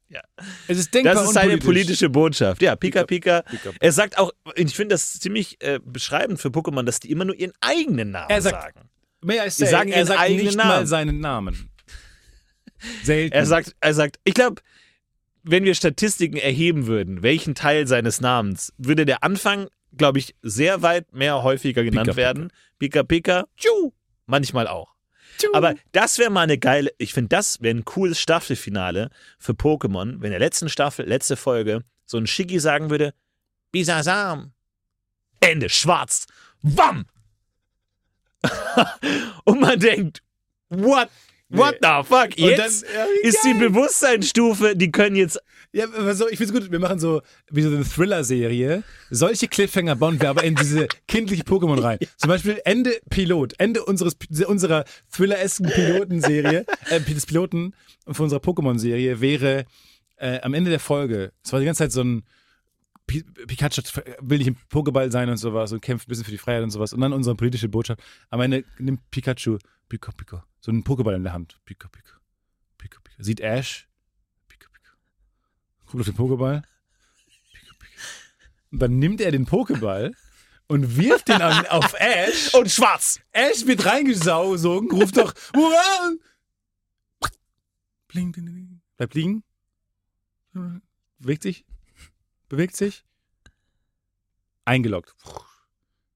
Ja.
Es ist denkbar
Das ist seine
unpolitisch.
politische Botschaft. Ja, Pika Pika.
Pika.
Er sagt auch, ich finde das ziemlich äh, beschreibend für Pokémon, dass die immer nur ihren eigenen Namen
Er sagt-
sagen.
May I say,
Die sagen
er
ihren
sagt
eigenen
nicht
Namen.
mal seinen Namen. Selten.
Er sagt, er sagt, ich glaube, wenn wir Statistiken erheben würden, welchen Teil seines Namens, würde der Anfang, glaube ich, sehr weit mehr häufiger genannt
Pika, Pika.
werden. Pika Pika, tschu, manchmal auch.
Tschu.
Aber das wäre mal eine geile, ich finde, das wäre ein cooles Staffelfinale für Pokémon, wenn in der letzten Staffel, letzte Folge, so ein Shiggy sagen würde, Bisasam, Ende, schwarz, Wamm. [laughs] Und man denkt, what, what the fuck,
Und
jetzt
dann- ja, wie
ist die
geil.
Bewusstseinsstufe, die können jetzt,
ja, aber so, ich find's gut, wir machen so wie so eine Thriller-Serie. Solche Cliffhanger bauen wir aber in diese kindliche Pokémon rein. Zum Beispiel Ende Pilot, Ende unseres, unserer Thriller-esken Pilotenserie, äh, des Piloten von unserer Pokémon-Serie wäre äh, am Ende der Folge, es war die ganze Zeit so ein Pi- Pikachu will nicht im Pokéball sein und sowas und kämpft ein bisschen für die Freiheit und sowas. Und dann unsere politische Botschaft. Am Ende nimmt Pikachu Pico Pico, so einen Pokéball in der Hand. Pico Pico, Pico Pico. Sieht Ash, Pico Pico. Guckt auf den Pokéball, Pico Pico. Und dann nimmt er den Pokéball und wirft den an, auf Ash.
und schwarz.
Ash wird reingesaugen,
[laughs]
ruft doch "Hurra!" Bling, ding, ding, ding. Bleibt liegen. Bewegt sich. Bewegt sich.
[laughs]
Eingeloggt.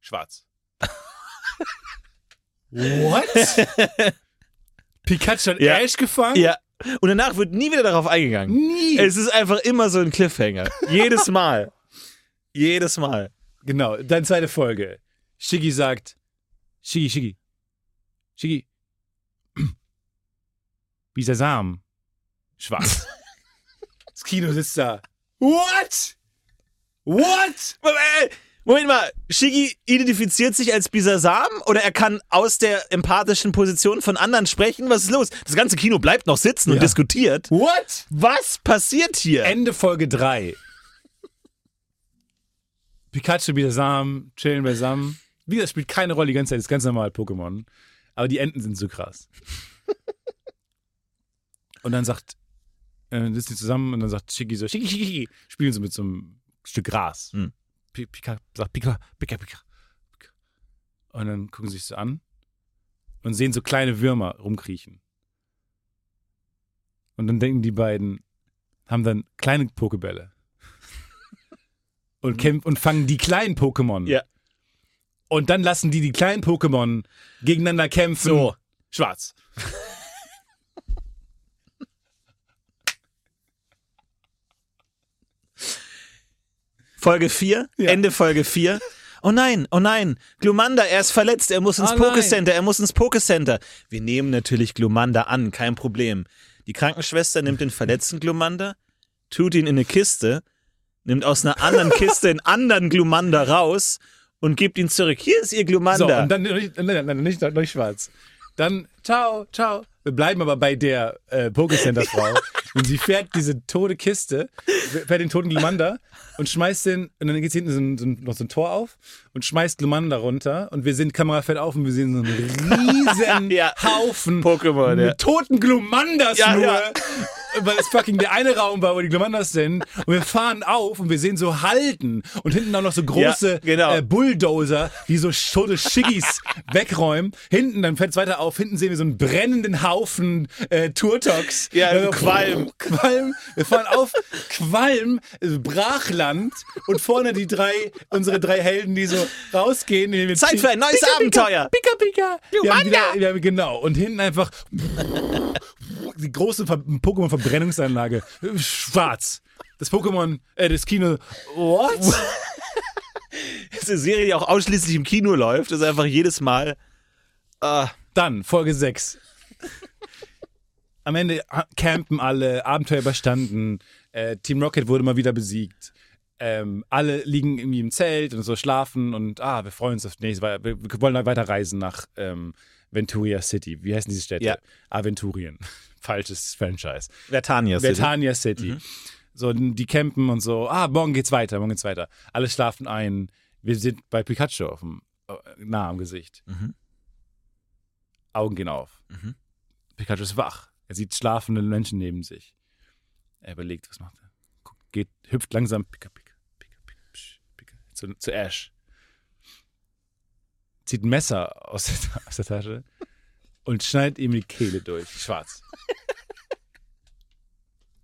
Schwarz.
[laughs]
What? Pikachu hat
Ja.
Ash gefangen?
Ja. Und danach wird nie wieder darauf eingegangen.
Nie.
Es ist einfach immer so ein
[laughs]
Cliffhanger. Jedes Mal. Jedes Mal.
Genau, dann zweite Folge. Shiggy sagt, Shiggy, Shiggy, Shiggy, [clears throat] wie Sesam, schwarz. [laughs] das Kino sitzt da. What? What?
Äh, Moment mal, Shiggy identifiziert sich als Bisasam oder er kann aus der empathischen Position von anderen sprechen? Was ist los? Das ganze Kino bleibt noch sitzen und
Ja.
diskutiert.
What?
Was passiert hier?
Ende Folge 3. Pikachu, wie Sesam, chillen beisammen. Wie gesagt, spielt keine Rolle die ganze Zeit, ist ganz normal Pokémon. Aber die Enten sind so krass. Und dann sagt, äh, sitzen die zusammen und dann sagt Shiggy so, Shiggy, Shiggy, Shiggy, spielen sie mit so einem Stück Gras.
Hm.
Pi- Pika, sagt Pika, Pika, Pika, Pika. Und dann gucken sie sich so an und sehen so kleine Würmer rumkriechen. Und dann denken die beiden, haben dann kleine Pokebälle. und kämpfen und fangen die kleinen Pokémon.
Ja.
Und dann lassen die die kleinen Pokémon gegeneinander kämpfen. So. Schwarz.
Folge 4, Ende Folge 4. Oh nein, oh nein, Glumanda, er ist verletzt, er muss ins
Ah, nein.
Pokecenter, er muss ins Pokecenter. Wir nehmen natürlich Glumanda an, kein Problem. Die Krankenschwester nimmt den verletzten Glumanda, tut ihn in eine Kiste, nimmt aus einer anderen Kiste einen anderen Glumanda raus und gibt ihn zurück. Hier ist ihr
So,
Glumanda.
und dann nicht, nein, nein, nicht, noch nicht schwarz. Dann, ciao, ciao. Wir bleiben aber bei der äh,
[laughs]
Pokécenter-Frau. und sie fährt diese tote Kiste, fährt den toten Glumanda und schmeißt den, und dann geht hinten so ein, so ein, noch so ein Tor auf und schmeißt Glumanda runter. Und wir sehen, Kamera fährt auf und wir sehen so einen
[laughs]
riesen
Ja.
Haufen
Pokémon,
mit
ja.
toten Glumandas
Ja,
nur.
ja.
[laughs] Weil es fucking der eine Raum war, wo die Glumandas sind. Und wir fahren auf und wir sehen so Halden und hinten auch noch so große
genau.
äh, Bulldozer, die so
[laughs]
tote Schiggis wegräumen. Hinten, dann fällt es weiter auf, hinten sehen wir so einen brennenden Haufen äh, Turtox.
Ja,
Äh,
Qualm.
[laughs] Qualm. Wir fahren auf Qualm, äh, Brachland und vorne die drei, unsere drei Helden, die so rausgehen. die wir
Zeit für ein neues Abenteuer.
Pika, pika. Wir haben
Lumanda.
wieder, wir haben, genau. Und hinten einfach die große Ver Pokémon-Verbrennungsanlage. Schwarz. Das Pokémon, äh, das Kino. What?
Diese Serie, die auch ausschließlich im Kino läuft, ist einfach jedes Mal. Ah.
Dann, Folge 6. Am Ende ha- campen alle, Abenteuer überstanden, äh, Team Rocket wurde mal wieder besiegt. Ähm, alle liegen irgendwie im Zelt und so schlafen und ah, wir freuen uns auf nächstes, weil wir wir wollen weiter reisen nach ähm, Venturia City. Wie heißen diese Städte?
Ja.
Aventurien. [laughs] Falsches Franchise.
Vertania City. Mhm.
Vertania City. So, die campen und so. Ah, morgen geht's weiter, morgen geht's weiter. Alle schlafen ein. Wir sind bei Pikachu auf dem, äh, nah am Gesicht.
Mhm.
Augen gehen auf.
Mhm.
Pikachu ist wach. Er sieht schlafende Menschen neben sich. Er überlegt, was macht er? Guckt, geht, hüpft langsam. Pika, pika, pika, pika, psch, pika, zu, zu Ash. Zieht ein Messer aus der, aus der Tasche und schneidet ihm die Kehle durch. Schwarz.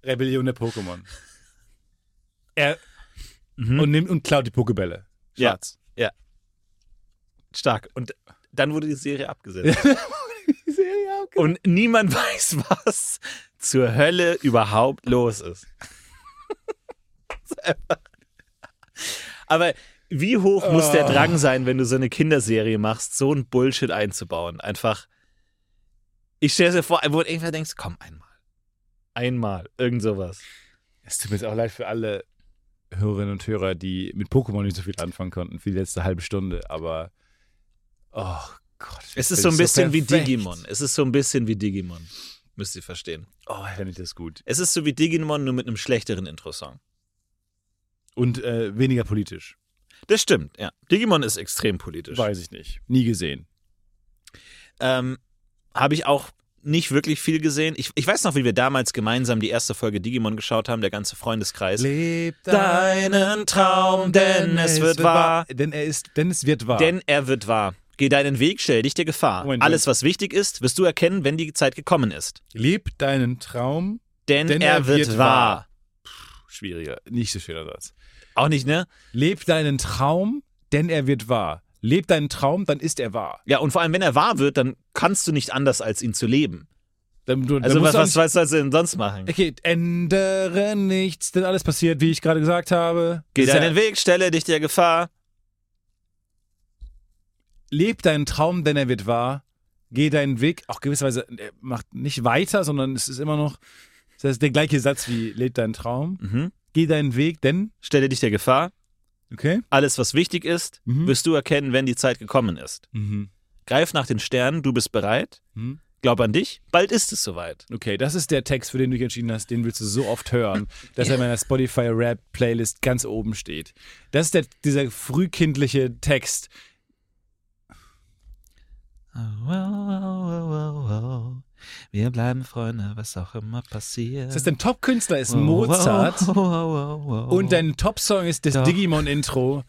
Rebellion der Pokémon. Er und nimmt und klaut die Pokebälle.
Ja.
Schwarz.
Stark. Und dann wurde die Serie abgesetzt.
[laughs] Die Serie auch
Und niemand [laughs] weiß, was zur Hölle überhaupt los ist. [laughs] Das ist einfach- Aber wie hoch muss der
Ah.
Drang sein, wenn du so eine Kinderserie machst, so ein Bullshit einzubauen? Einfach. Ich stelle dir vor, wo du irgendwann denkst, komm, einmal. Einmal. Irgend sowas.
Es tut mir jetzt auch leid für alle Hörerinnen und Hörer, die mit Pokémon nicht so viel anfangen konnten für die letzte halbe Stunde, aber oh Gott.
Es
das
ist so ein bisschen wie
perfekt.
Digimon. Es ist so ein bisschen wie Digimon. Müsst ihr verstehen.
Oh, fände ich das gut.
Es ist so wie Digimon, nur mit einem schlechteren Intro-Song.
Und äh, weniger politisch.
Das stimmt, ja. Digimon ist extrem politisch.
Weiß ich nicht. Nie gesehen.
Ähm, Habe ich auch nicht wirklich viel gesehen. Ich, ich weiß noch, wie wir damals gemeinsam die erste Folge Digimon geschaut haben, der ganze Freundeskreis.
Leb
deinen Traum, denn es wird wahr.
Denn er ist, denn es wird wahr.
Denn er wird wahr. Geh deinen Weg, stell dich der Gefahr.
Moment,
Alles, was wichtig ist, wirst du erkennen, wenn die Zeit gekommen ist.
Leb deinen Traum.
Denn, er, wird, wahr.
Schwieriger. Nicht so schöner Satz.
Auch nicht, ne?
Leb deinen Traum, denn er wird wahr. Leb deinen Traum, dann ist er wahr.
Ja, und vor allem, wenn er wahr wird, dann kannst du nicht anders, als ihn zu leben.
Dann, du, dann
Also, was,
musst du auch
was, was sollst du denn sonst machen?
Okay, ändere nichts, denn alles passiert, wie ich gerade gesagt habe.
Geh
Das ist
deinen
ja,
Weg, stelle dich der Gefahr.
leb deinen Traum, denn er wird wahr. Geh deinen Weg, auch gewisserweise er macht nicht weiter, sondern es ist immer noch das ist der gleiche Satz wie leb deinen Traum.
Mhm.
Geh deinen Weg, denn
Stelle dich der Gefahr.
okay.
Alles, was wichtig ist,
Mhm.
wirst du erkennen, wenn die Zeit gekommen ist.
Mhm.
Greif nach den Sternen, du bist bereit.
Mhm.
Glaub an dich, bald ist es soweit.
Okay, das ist der Text, für den du dich entschieden hast, den willst du so
[laughs]
oft hören, dass er in meiner Spotify Rap Playlist ganz oben steht. Das ist der, dieser frühkindliche Text.
Oh, oh, oh, oh, oh. Wir bleiben Freunde, was auch immer passiert.
Das heißt, dein Top-Künstler ist Mozart.
Oh, oh, oh, oh, oh, oh.
Und dein Top-Song ist das
Doch.
Digimon-Intro.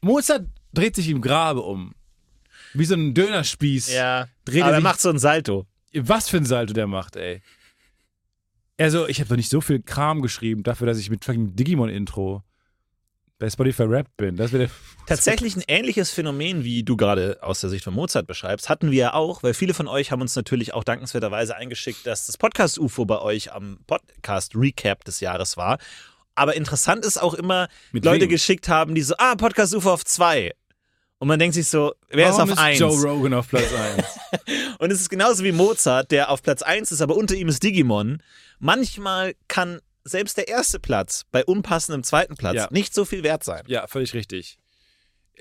Mozart dreht sich im Grabe um. Wie so ein Dönerspieß.
Ja,
dreht
aber
er
er
sich-
macht so ein Salto.
Was für ein Salto der macht, ey. Also, ich habe doch nicht so viel Kram geschrieben dafür, dass ich mit fucking Digimon-Intro bei Spotify Rap bin. Das wäre der.
Tatsächlich ein ähnliches Phänomen, wie du gerade aus der Sicht von Mozart beschreibst, hatten wir ja auch, weil viele von euch haben uns natürlich auch dankenswerterweise eingeschickt, dass das Podcast-UFO bei euch am Podcast-Recap des Jahres war. Aber interessant ist auch immer,
Mit
Leute
wem?
geschickt haben, die so, ah, Podcast UFO auf zwei. Und man denkt sich so, wer
Warum
ist auf eins?
Joe Rogan auf Platz 1.
[laughs] Und es ist genauso wie Mozart, der auf Platz 1 ist, aber unter ihm ist Digimon. Manchmal kann selbst der erste Platz bei unpassendem zweiten Platz
Ja.
nicht so viel wert sein.
ja, völlig richtig.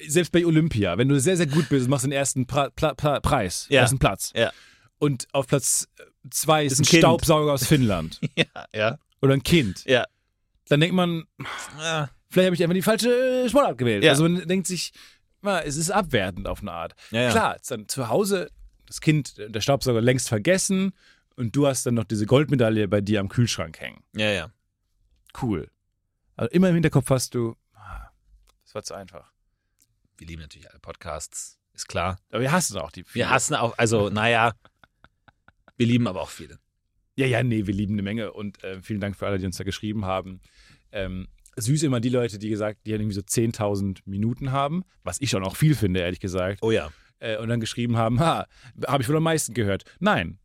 Selbst bei Olympia, wenn du sehr, sehr gut bist, machst du den ersten pra Pla Pla Preis,
Ja.
ersten Platz.
Ja.
Und auf Platz 2 ist,
Ist ein
ein
Kind.
Staubsauger aus Finnland
[laughs] Ja, ja.
oder ein Kind.
Ja.
Dann denkt man,
Ah,
vielleicht habe ich einfach die falsche äh, Sportart gewählt.
Ja.
Also man denkt sich, na, es ist abwertend auf eine Art.
Ja, ja.
Klar, ist dann zu Hause das Kind, äh, der Staubsauger längst vergessen und du hast dann noch diese Goldmedaille bei dir am Kühlschrank hängen.
ja, ja.
Cool. Also immer im Hinterkopf hast du, ah, das war zu einfach.
Wir lieben natürlich alle Podcasts, ist klar.
Aber wir hassen auch die.
Wir hassen auch, also naja, wir lieben aber auch viele.
Ja, ja, nee, wir lieben eine Menge und äh, vielen Dank für alle, die uns da geschrieben haben. Ähm, süß immer die Leute, die gesagt, die halt irgendwie so 10.000 Minuten haben, was ich schon auch viel finde, ehrlich gesagt.
Oh ja.
äh, und dann geschrieben haben, ha, habe ich wohl am meisten gehört. Nein.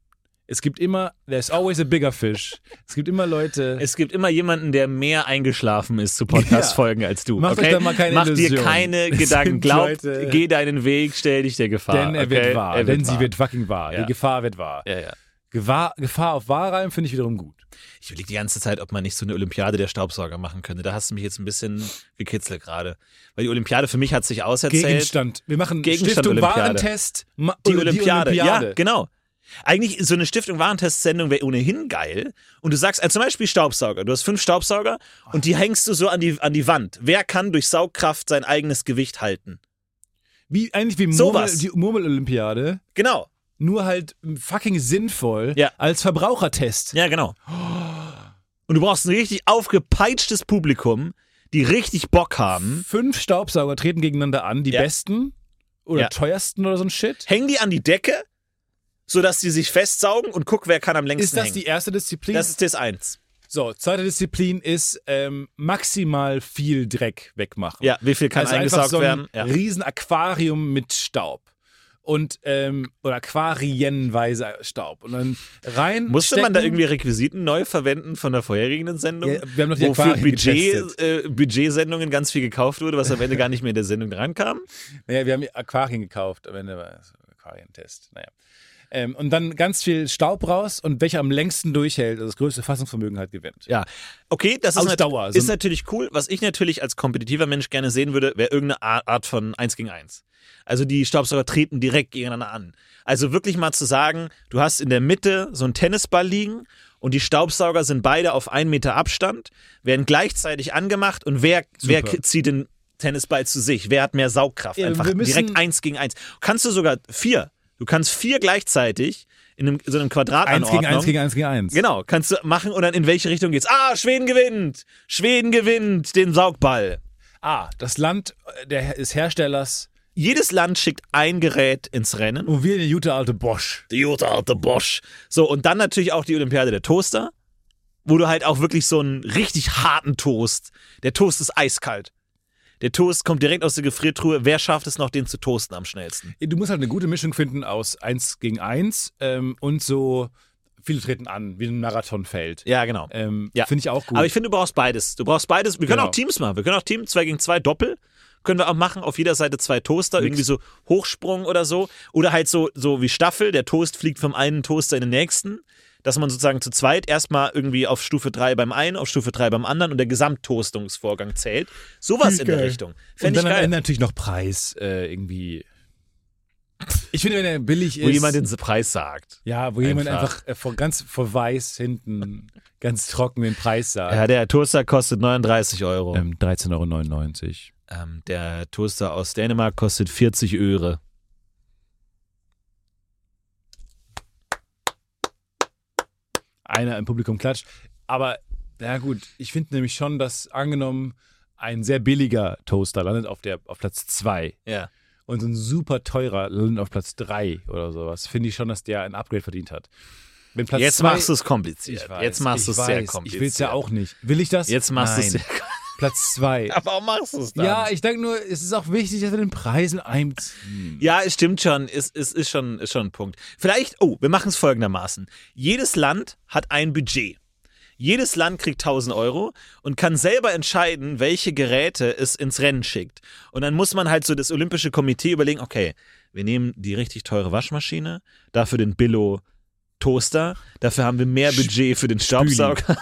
Es gibt immer, there's always a bigger fish. Es gibt immer Leute.
Es gibt immer jemanden, der mehr eingeschlafen ist zu Podcast-Folgen als du.
Macht euch
okay?
da mal keine
Mach dir
Illusionen.
keine
Es
Gedanken.
sind
Glaub,
Leute-
geh deinen Weg, stell dich der Gefahr.
denn er
okay?
wird wahr.
äh, Er
denn
wahr.
sie wird fucking wahr.
Ja.
Die Gefahr wird wahr.
Ja, ja.
Gewahr, Gefahr auf Wahrheim finde ich wiederum gut.
Ich überlege die ganze Zeit, ob man nicht so eine Olympiade der Staubsauger machen könnte. Da hast du mich jetzt ein bisschen gekitzelt gerade. Weil die Olympiade für mich hat sich auserzählt.
Gegenstand. Wir machen
Gegenstand
Stiftung
Olympiade.
Warentest. Ma-
die Olympiade.
Die
Ja,
Olympiade.
genau. Eigentlich so eine Stiftung Warentest-Sendung wäre ohnehin geil. Und du sagst, also zum Beispiel Staubsauger. Du hast fünf Staubsauger und die hängst du so an die, an die Wand. Wer kann durch Saugkraft sein eigenes Gewicht halten?
wie, eigentlich wie Murmel,
Sowas.
die Murmel-Olympiade.
Genau.
Nur halt fucking sinnvoll
Ja.
als Verbrauchertest.
Ja, genau. Und du brauchst ein richtig aufgepeitschtes Publikum, die richtig Bock haben.
Fünf Staubsauger treten gegeneinander an. Die
Ja.
besten oder
Ja.
teuersten oder so ein Shit.
Häng die an die Decke, sodass die sich festsaugen und guck, wer kann am längsten
Ist das
hängen.
die erste Disziplin?
Das ist das eins.
so, zweite Disziplin ist ähm, maximal viel Dreck wegmachen.
Ja, wie viel kann
also einfach
eingesaugt
so ein
werden? Ja.
riesen Aquarium mit Staub. Und, ähm, oder aquarienweise Staub. Und dann rein.
Musste
stecken.
man da irgendwie Requisiten neu verwenden von der vorherigen Sendung?
Ja, wir haben doch die
wofür
Aquarien
Budget,
getestet.
äh, Budgetsendungen ganz viel gekauft wurde, was am Ende gar nicht mehr in der Sendung rankam?
Naja, wir haben Aquarien gekauft. Am Ende war es ein Aquarientest. Naja. Ähm, und dann ganz viel Staub raus und welcher am längsten durchhält, also das größte Fassungsvermögen hat, gewinnt.
Ja. Okay, das ist, nat-
Ausdauer, so
ist
ein-
natürlich cool. Was ich natürlich als kompetitiver Mensch gerne sehen würde, wäre irgendeine Ar- Art von 1 gegen 1. Also die Staubsauger treten direkt gegeneinander an. Also wirklich mal zu sagen, du hast in der Mitte so einen Tennisball liegen und die Staubsauger sind beide auf einen Meter Abstand, werden gleichzeitig angemacht und wer, wer k- zieht den Tennisball zu sich? Wer hat mehr Saugkraft?
Ja,
Einfach
wir müssen-
direkt 1 gegen 1. Kannst du sogar vier. Du kannst vier gleichzeitig in einem, so einem Quadrat
Eins gegen eins
Anordnung.
gegen eins gegen eins.
Genau, kannst du machen und dann in welche Richtung geht's? Ah, Schweden gewinnt! Schweden gewinnt den Saugball.
Ah, das Land äh, der, des Herstellers,
Jedes Land schickt ein Gerät ins Rennen.
wo wir eine gute alte Bosch.
Die gute alte Bosch. So, und dann natürlich auch die Olympiade der Toaster, wo du halt auch wirklich so einen richtig harten Toast. Der Toast ist eiskalt. Der Toast kommt direkt aus der Gefriertruhe. Wer schafft es noch, den zu toasten am schnellsten?
Du musst halt eine gute Mischung finden aus 1 gegen 1 ähm, und so viele treten an, wie ein Marathonfeld.
Ja, genau.
Ähm,
Ja.
Finde ich auch gut.
Aber ich finde, du brauchst beides. Du brauchst beides. Wir können
Genau.
auch Teams machen. Wir können auch Team 2 gegen 2 Doppel. Können wir auch machen. Auf jeder Seite zwei Toaster. Irgendwie so Hochsprung oder so. Oder halt so, so wie Staffel. Der Toast fliegt vom einen Toaster in den nächsten. Dass man sozusagen zu zweit erstmal irgendwie auf Stufe 3 beim einen, auf Stufe 3 beim anderen und der Gesamttoastungsvorgang zählt. Sowas
Finde ich
in der
geil.
Richtung.
und
Fände
dann
ich
am
geil.
Ende natürlich noch Preis äh, irgendwie. Ich finde, wenn er billig ist.
Wo jemand den Preis sagt.
ja, wo jemand
Einfach.
einfach äh, vor, ganz vor weiß hinten ganz trocken den Preis sagt.
Ja, der Toaster kostet 39 Euro.
Ähm, 13,99 Euro.
Ähm, der Toaster aus Dänemark kostet 40 Öre.
Einer im Publikum klatscht. Aber, na gut, ich finde nämlich schon, dass angenommen ein sehr billiger Toaster landet auf, der, auf Platz 2
Ja.
und so ein super teurer landet auf Platz 3 oder sowas, finde ich schon, dass der ein Upgrade verdient hat. Wenn Platz
Jetzt
zwei,
machst du es kompliziert.
Ich weiß,
Jetzt machst du
ich
es sehr
weiß,
kompliziert.
Ich will es ja auch nicht. Will ich das?
Jetzt machst du es
Nein.
sehr [laughs]
Platz 2.
Aber warum machst du es dann?
Ja, ich denke nur, es ist auch wichtig, dass wir den Preis mit einem ziehen.
ja, es stimmt schon. Es ist, ist, ist, schon, ist schon ein Punkt. Vielleicht, oh, wir machen es folgendermaßen. Jedes Land hat ein Budget. Jedes Land kriegt 1000 Euro und kann selber entscheiden, welche Geräte es ins Rennen schickt. Und dann muss man halt so das Olympische Komitee überlegen, okay, wir nehmen die richtig teure Waschmaschine, dafür den Billo Toaster, dafür haben wir mehr Budget für den Staubsauger.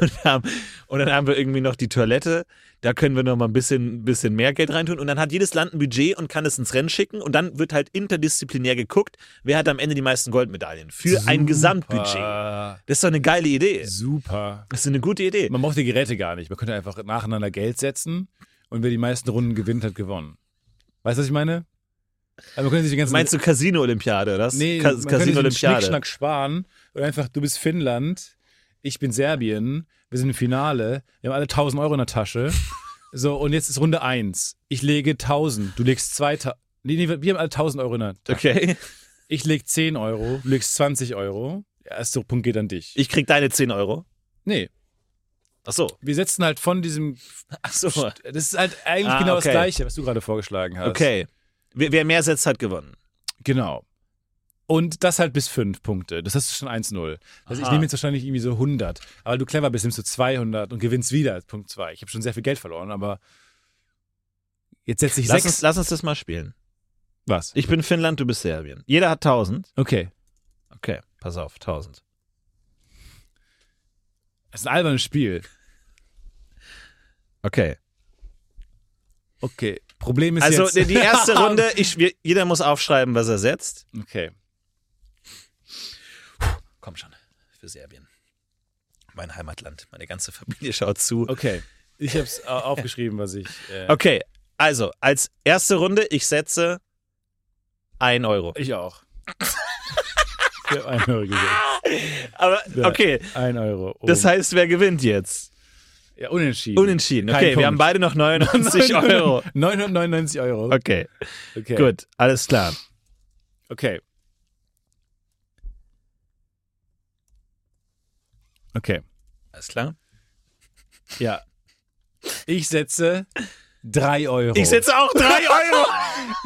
Und, haben, und dann haben wir irgendwie noch die Toilette, da können wir noch mal ein bisschen, bisschen mehr Geld reintun. Und dann hat jedes Land ein Budget und kann es ins Rennen schicken. Und dann wird halt interdisziplinär geguckt, wer hat am Ende die meisten Goldmedaillen für ein Gesamtbudget.
Super.
Das ist doch eine geile Idee.
Super.
Das ist eine gute Idee.
Man braucht die Geräte gar nicht. Man könnte einfach nacheinander Geld setzen und wer die meisten Runden gewinnt, hat gewonnen. Weißt du, was ich meine? Also man könnte sich die ganzen
Meinst du Casino-Olympiade, oder? was?
Nee,
Ca-
man könnte sich den
Casino-Olympiade.
Schnickschnack sparen und einfach, du bist Finnland, ich bin Serbien, wir sind im Finale, wir haben alle 1000 Euro in
[laughs]
der Tasche. So, und jetzt ist Runde 1. Ich lege 1000, du legst 2000. Nee, nee, wir haben alle 1000 Euro in der Tasche.
Okay.
Ich lege 10 Euro, du legst 20 Euro. Der erste Punkt geht an dich.
Ich krieg deine 10 Euro.
nee,
Ach so.
wir setzen halt von diesem.
Ach so.
Das ist halt eigentlich
Ah,
genau
okay.
das Gleiche, was du gerade vorgeschlagen hast.
Okay. Wer, wer mehr setzt, hat gewonnen.
Genau. Und das halt bis fünf Punkte. Das hast du schon 1-0. Also ich
Aha.
nehme jetzt wahrscheinlich irgendwie so 100. Aber du clever bist, nimmst du 200 und gewinnst wieder als Punkt 2. Ich habe schon sehr viel Geld verloren, aber jetzt setze ich
Lass uns,
sechs.
lass uns das mal spielen.
Was?
Ich bin Finnland, du bist Serbien. Jeder hat 1000.
Okay.
Okay, pass auf, 1000.
Das ist ein albernes Spiel.
Okay.
Okay. Problem ist
Also
jetzt...
die die [laughs]
[laughs]
erste Runde, ich, wir, jeder muss aufschreiben, was er setzt.
Okay.
Komm schon, für Serbien. Mein Heimatland. Meine ganze Familie schaut zu.
Okay. Ich habe es aufgeschrieben, was ich... Äh,
Okay, also als erste Runde, ich setze 1 Euro. [laughs]
Ich auch. ich habe 1 Euro gesetzt.
Aber
Ja.
okay,
1 Euro. Oh.
das heißt, wer gewinnt jetzt?
ja, unentschieden.
Unentschieden.
Kein
Okay, wir
Punkt.
haben beide noch [laughs] 99 Euro.
999 Euro.
Okay,
Okay.
gut, alles klar.
Okay. Okay.
Alles klar?
Ja. Ich setze 3 Euro.
Ich setze auch [laughs] 3 Euro.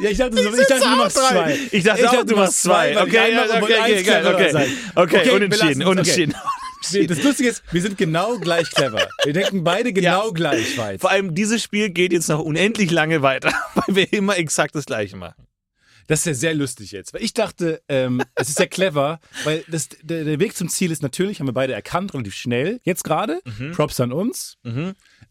ja, ich dachte, du- ich dachte
setze
du machst
auch drei.
2.
Ich dachte auch, du machst zwei. Okay,
also,
ja, okay, okay, geil, okay. Okay, unentschieden, unentschieden.
Das Lustige ist, wir sind genau gleich clever. Wir denken beide genau gleich weit.
Vor allem, dieses Spiel geht jetzt noch unendlich lange weiter, [laughs] weil wir immer exakt das Gleiche machen.
Das ist ja sehr lustig jetzt. Weil ich dachte,
[laughs]
ähm, es ist sehr clever, weil das, der, der Weg zum Ziel ist natürlich, haben wir beide erkannt, relativ schnell, jetzt gerade,
Mhm.
Props an uns,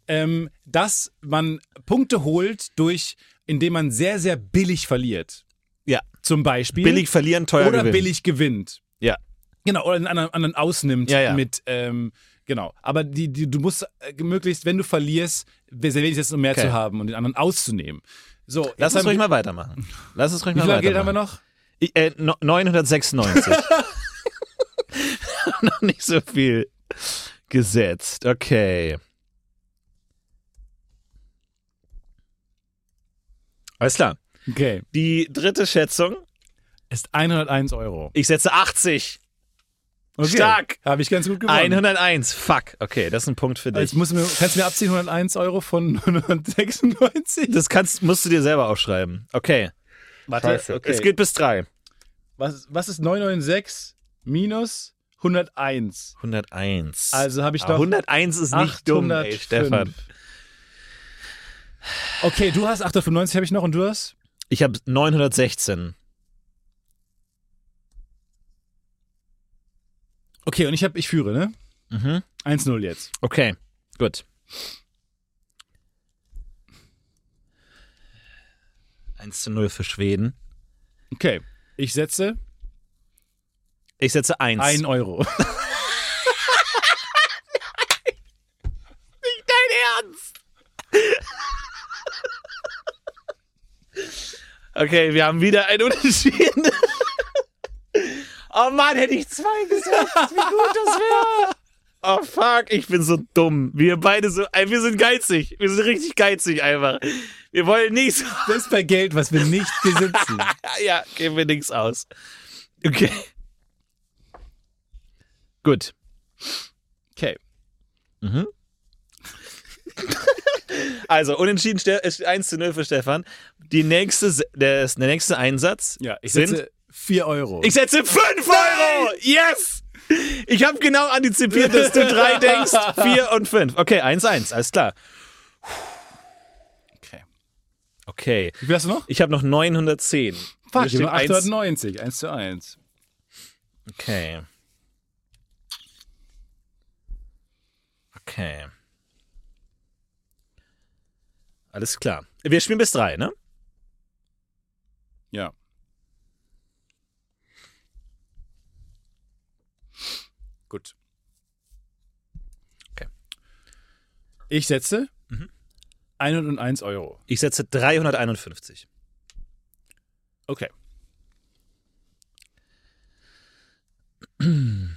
ähm, dass man Punkte holt durch, indem man sehr, sehr billig verliert.
Ja.
Zum Beispiel.
Billig verlieren, teuer
oder
gewinnen.
billig gewinnt.
Ja.
Genau, oder einen anderen, anderen ausnimmt
Ja, ja.
mit, ähm, genau. Aber die, die, du musst äh, möglichst, wenn du verlierst, sehr wenig jetzt um mehr
Okay.
zu haben und den anderen auszunehmen. So,
Lass
jetzt
uns
haben
ruhig
wir-
mal weitermachen. Lass uns ruhig
Wie
mal
viel
weitermachen.
Geld haben wir noch?
Ich, äh, no-
[laughs]
996. [laughs] noch nicht so viel gesetzt. Okay. Alles klar.
Okay.
Die dritte Schätzung.
ist 101 Euro.
Ich setze 80.
Okay.
Stark.
Habe ich ganz gut gewonnen.
101. Fuck. Okay, das ist ein Punkt für dich.
Jetzt muss mir, kannst du mir abziehen 101 Euro von [laughs] 996?
Das kannst, musst du dir selber aufschreiben. Okay.
Warte, okay.
Es geht bis 3.
was, was ist 996 minus 101?
101.
Also habe ich
Ah,
doch
101 ist nicht dumm, ey,
805.
Stefan.
Okay, du hast 895 habe ich noch und du hast?
Ich habe 916.
Okay, und ich habe ich führe, ne?
Mhm.
1-0 jetzt.
Okay, gut. Eins zu null für Schweden.
Okay. Ich setze
Ich setze eins.
1 Euro.
dein Ernst! okay, wir haben wieder ein Unentschieden. oh Mann, hätte ich zwei gesagt, wie gut das wäre. Oh fuck, ich bin so dumm. Wir beide so, ey, wir sind geizig. Wir sind richtig geizig einfach. Wir wollen nichts.
[laughs]
[laughs]
Das ist bei Geld, was wir nicht besitzen.
Ja, geben wir nichts aus. Okay. Gut.
Okay.
Also, unentschieden Ste- ist 1 zu 0 für Stefan. Die nächste, Se- der, der nächste Einsatz
Ja, ich
sind.
setze 4 Euro.
Ich setze 5 Euro! Yes! Ich habe genau antizipiert, dass du drei denkst, vier und fünf. Okay, eins, eins, alles klar.
Okay.
Okay.
Wie viel hast du noch?
Ich habe noch 910. Hier
Fuck,
steht
Junge,
eins.
890, 1 zu 1.
Okay. Okay. Alles klar. Wir spielen bis drei, ne?
Ja. Gut.
Okay.
Ich setze 101 Euro.
Ich setze 351. [clears throat]
Okay.
Ähm,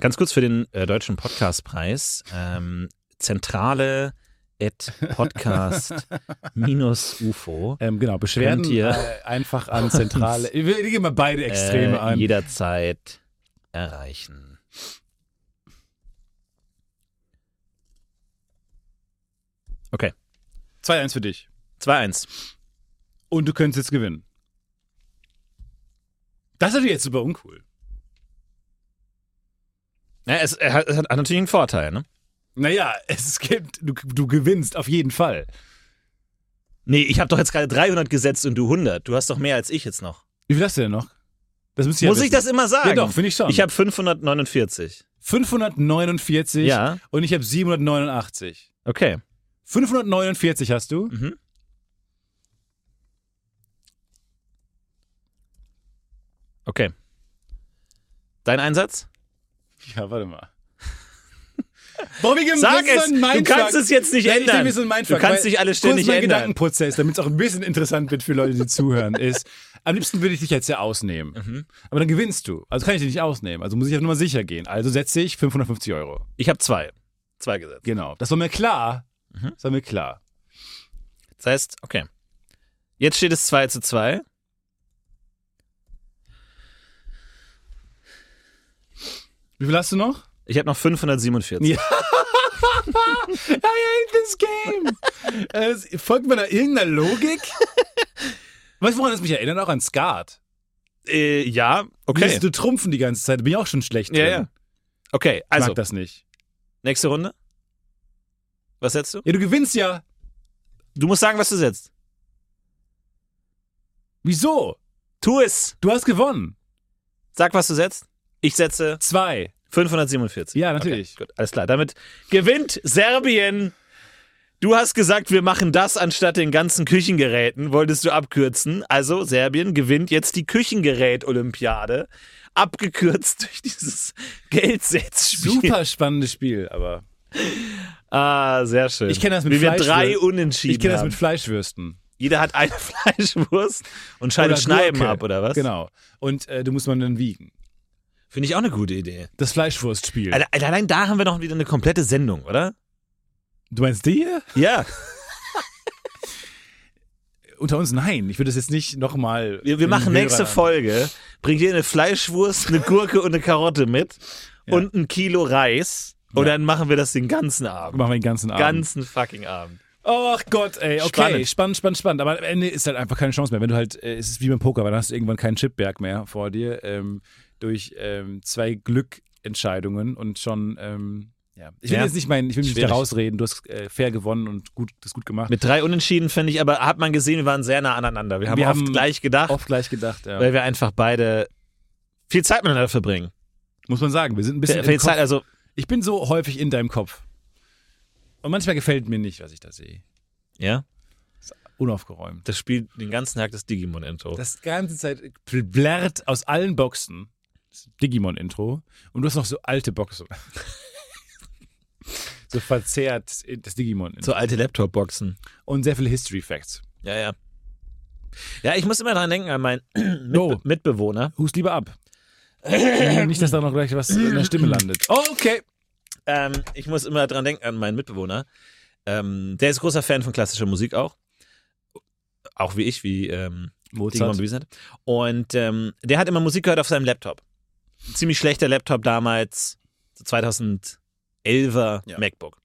ganz kurz für den äh, deutschen Podcastpreis. Ähm, Zentrale at
[laughs]
podcast-ufo.
Ähm, genau, Beschwerden
Könnt ihr-
äh, einfach
[laughs]
an zentrale. Wir gehen mal beide Extreme
äh,
an.
Jederzeit erreichen. Okay.
2-1 für dich.
2-1.
Und du könntest jetzt gewinnen. Das ist natürlich jetzt super uncool.
Ja, es, er hat, es hat hat natürlich einen Vorteil, ne?
Naja, [laughs] es gibt, du, du gewinnst auf jeden Fall.
Nee, ich habe doch jetzt gerade 300 gesetzt und du 100. Du hast doch mehr als ich jetzt noch.
Wie viel hast du denn noch? Das müsst ihr
Muss
ja
ich
wissen.
das immer sagen?
Ja, doch, finde ich schon.
Ich habe 549.
549
Ja.
und ich habe 789.
Okay.
549 hast du.
Mhm. Okay. Dein Einsatz?
Ja, warte mal. [laughs] Boah, wir geben
Sag
das ist
es!
so ein
Du
Mindfuck.
kannst es jetzt nicht
Nein, ich
ändern.
denke, wir sind ein
du
Mindfuck,
kannst
weil
nicht alles ständig
kurz mein
ändern.
Gedankenprozess, damit es auch ein bisschen interessant wird für
[laughs]
Leute, die zuhören, ist, am liebsten würde ich dich jetzt ja ausnehmen.
Mhm.
Aber dann gewinnst du. Also kann ich dich nicht ausnehmen. Also muss ich auf Nummer sicher gehen. Also setze ich 550 Euro.
Ich habe zwei. Zwei gesetzt.
Genau. Das war mir klar.
Mhm.
Das war mir klar.
Das heißt, okay. Jetzt steht es 2 zu 2.
Wie viel hast du noch?
Ich habe noch 547.
Ja. I hate this game.
[laughs]
Äh, das- folgt man da irgendeiner Logik? [laughs] Weißt du, woran das mich erinnert? Auch an Skat.
Äh, ja, okay.
Willst Du trumpfen die ganze Zeit, da bin ich auch schon schlecht
Ja,
drin.
ja. Okay,
Ich
also,
mag das nicht.
nächste Runde. Was setzt du?
Ja, du gewinnst ja.
Du musst sagen, was du setzt.
Wieso?
Tu es!
Du hast gewonnen.
Sag, was du setzt. Ich setze
Zwei.
547.
Ja, natürlich.
Okay, gut, alles klar. Damit gewinnt Serbien. Du hast gesagt, wir machen das anstatt den ganzen Küchengeräten, wolltest du abkürzen. Also Serbien gewinnt jetzt die Küchengerät-Olympiade, abgekürzt [laughs] durch dieses Geldsetzspiel.
[laughs] Super spannendes Spiel, aber
Ah, sehr schön.
Ich kenne das mit
Wie wir
Fleisch-
drei Unentschieden
ich kenne das
haben.
mit Fleischwürsten.
Jeder hat eine [laughs] Fleischwurst und
Oder
scheidet Scheiben
Gurke.
ab, oder was?
Genau. Und äh, du musst man dann wiegen.
Finde ich auch eine gute Idee.
Das Fleischwurstspiel.
Alle- Allein da haben wir noch wieder eine komplette Sendung, oder?
Du meinst die hier?
Ja.
Unter uns nein. Ich würde das jetzt nicht nochmal.
Wir, wir machen nächste
Folge.
Folge, bringt ihr eine Fleischwurst, eine Gurke und eine Karotte [laughs] mit und ein Kilo Reis und dann machen wir das den ganzen Abend.
Machen wir den ganzen Abend.
Ganzen fucking Abend.
Ach Gott, ey, okay.
Spannend.
Spannend. spannend, spannend, Aber am Ende ist halt einfach keine Chance mehr. Wenn du halt, äh, es ist wie beim Poker, weil dann hast du irgendwann keinen Chipberg mehr vor dir. Ähm, durch ähm, zwei Glückentscheidungen und schon, ähm, ja. Ich will
Ja.
jetzt nicht meinen, ich will mich nicht
Schwierig.
da rausreden. Du hast äh, fair gewonnen und gut, das gut gemacht.
Mit drei Unentschieden fände ich, aber hat man gesehen, wir waren sehr nah aneinander. Wir haben
Wir
oft
haben
gleich gedacht,
Oft gleich gedacht, ja.
weil wir einfach beide viel Zeit miteinander verbringen.
Muss man sagen, wir sind ein bisschen.
Viel, viel
im Kopf.
Zeit, also
Ich bin so häufig in deinem Kopf. Und manchmal gefällt mir nicht, was ich da sehe.
ja,
Unaufgeräumt.
das spielt den ganzen Tag das Digimon-Intro.
Das ganze Zeit blärt aus allen Boxen. Das Digimon-Intro. Und du hast noch so alte Boxen.
[laughs]
so verzerrt das Digimon-Intro.
So alte Laptop-Boxen.
Und sehr viele History-Facts.
Ja, ja. Ja, ich muss immer dran denken an meinen Mitbe
Oh.
Mitbewohner.
Hust lieber ab. [clears throat] Nicht, dass da noch gleich was in der Stimme landet. Okay.
Ähm, ich muss immer dran denken an meinen Mitbewohner. Ähm, der ist großer Fan von klassischer Musik auch. Auch wie ich, wie ähm, Digimon
Mozart.
bewiesen hat. Und ähm, der hat immer Musik gehört auf seinem Laptop. Ein ziemlich schlechter Laptop damals, so 2011er
Ja.
MacBook. Und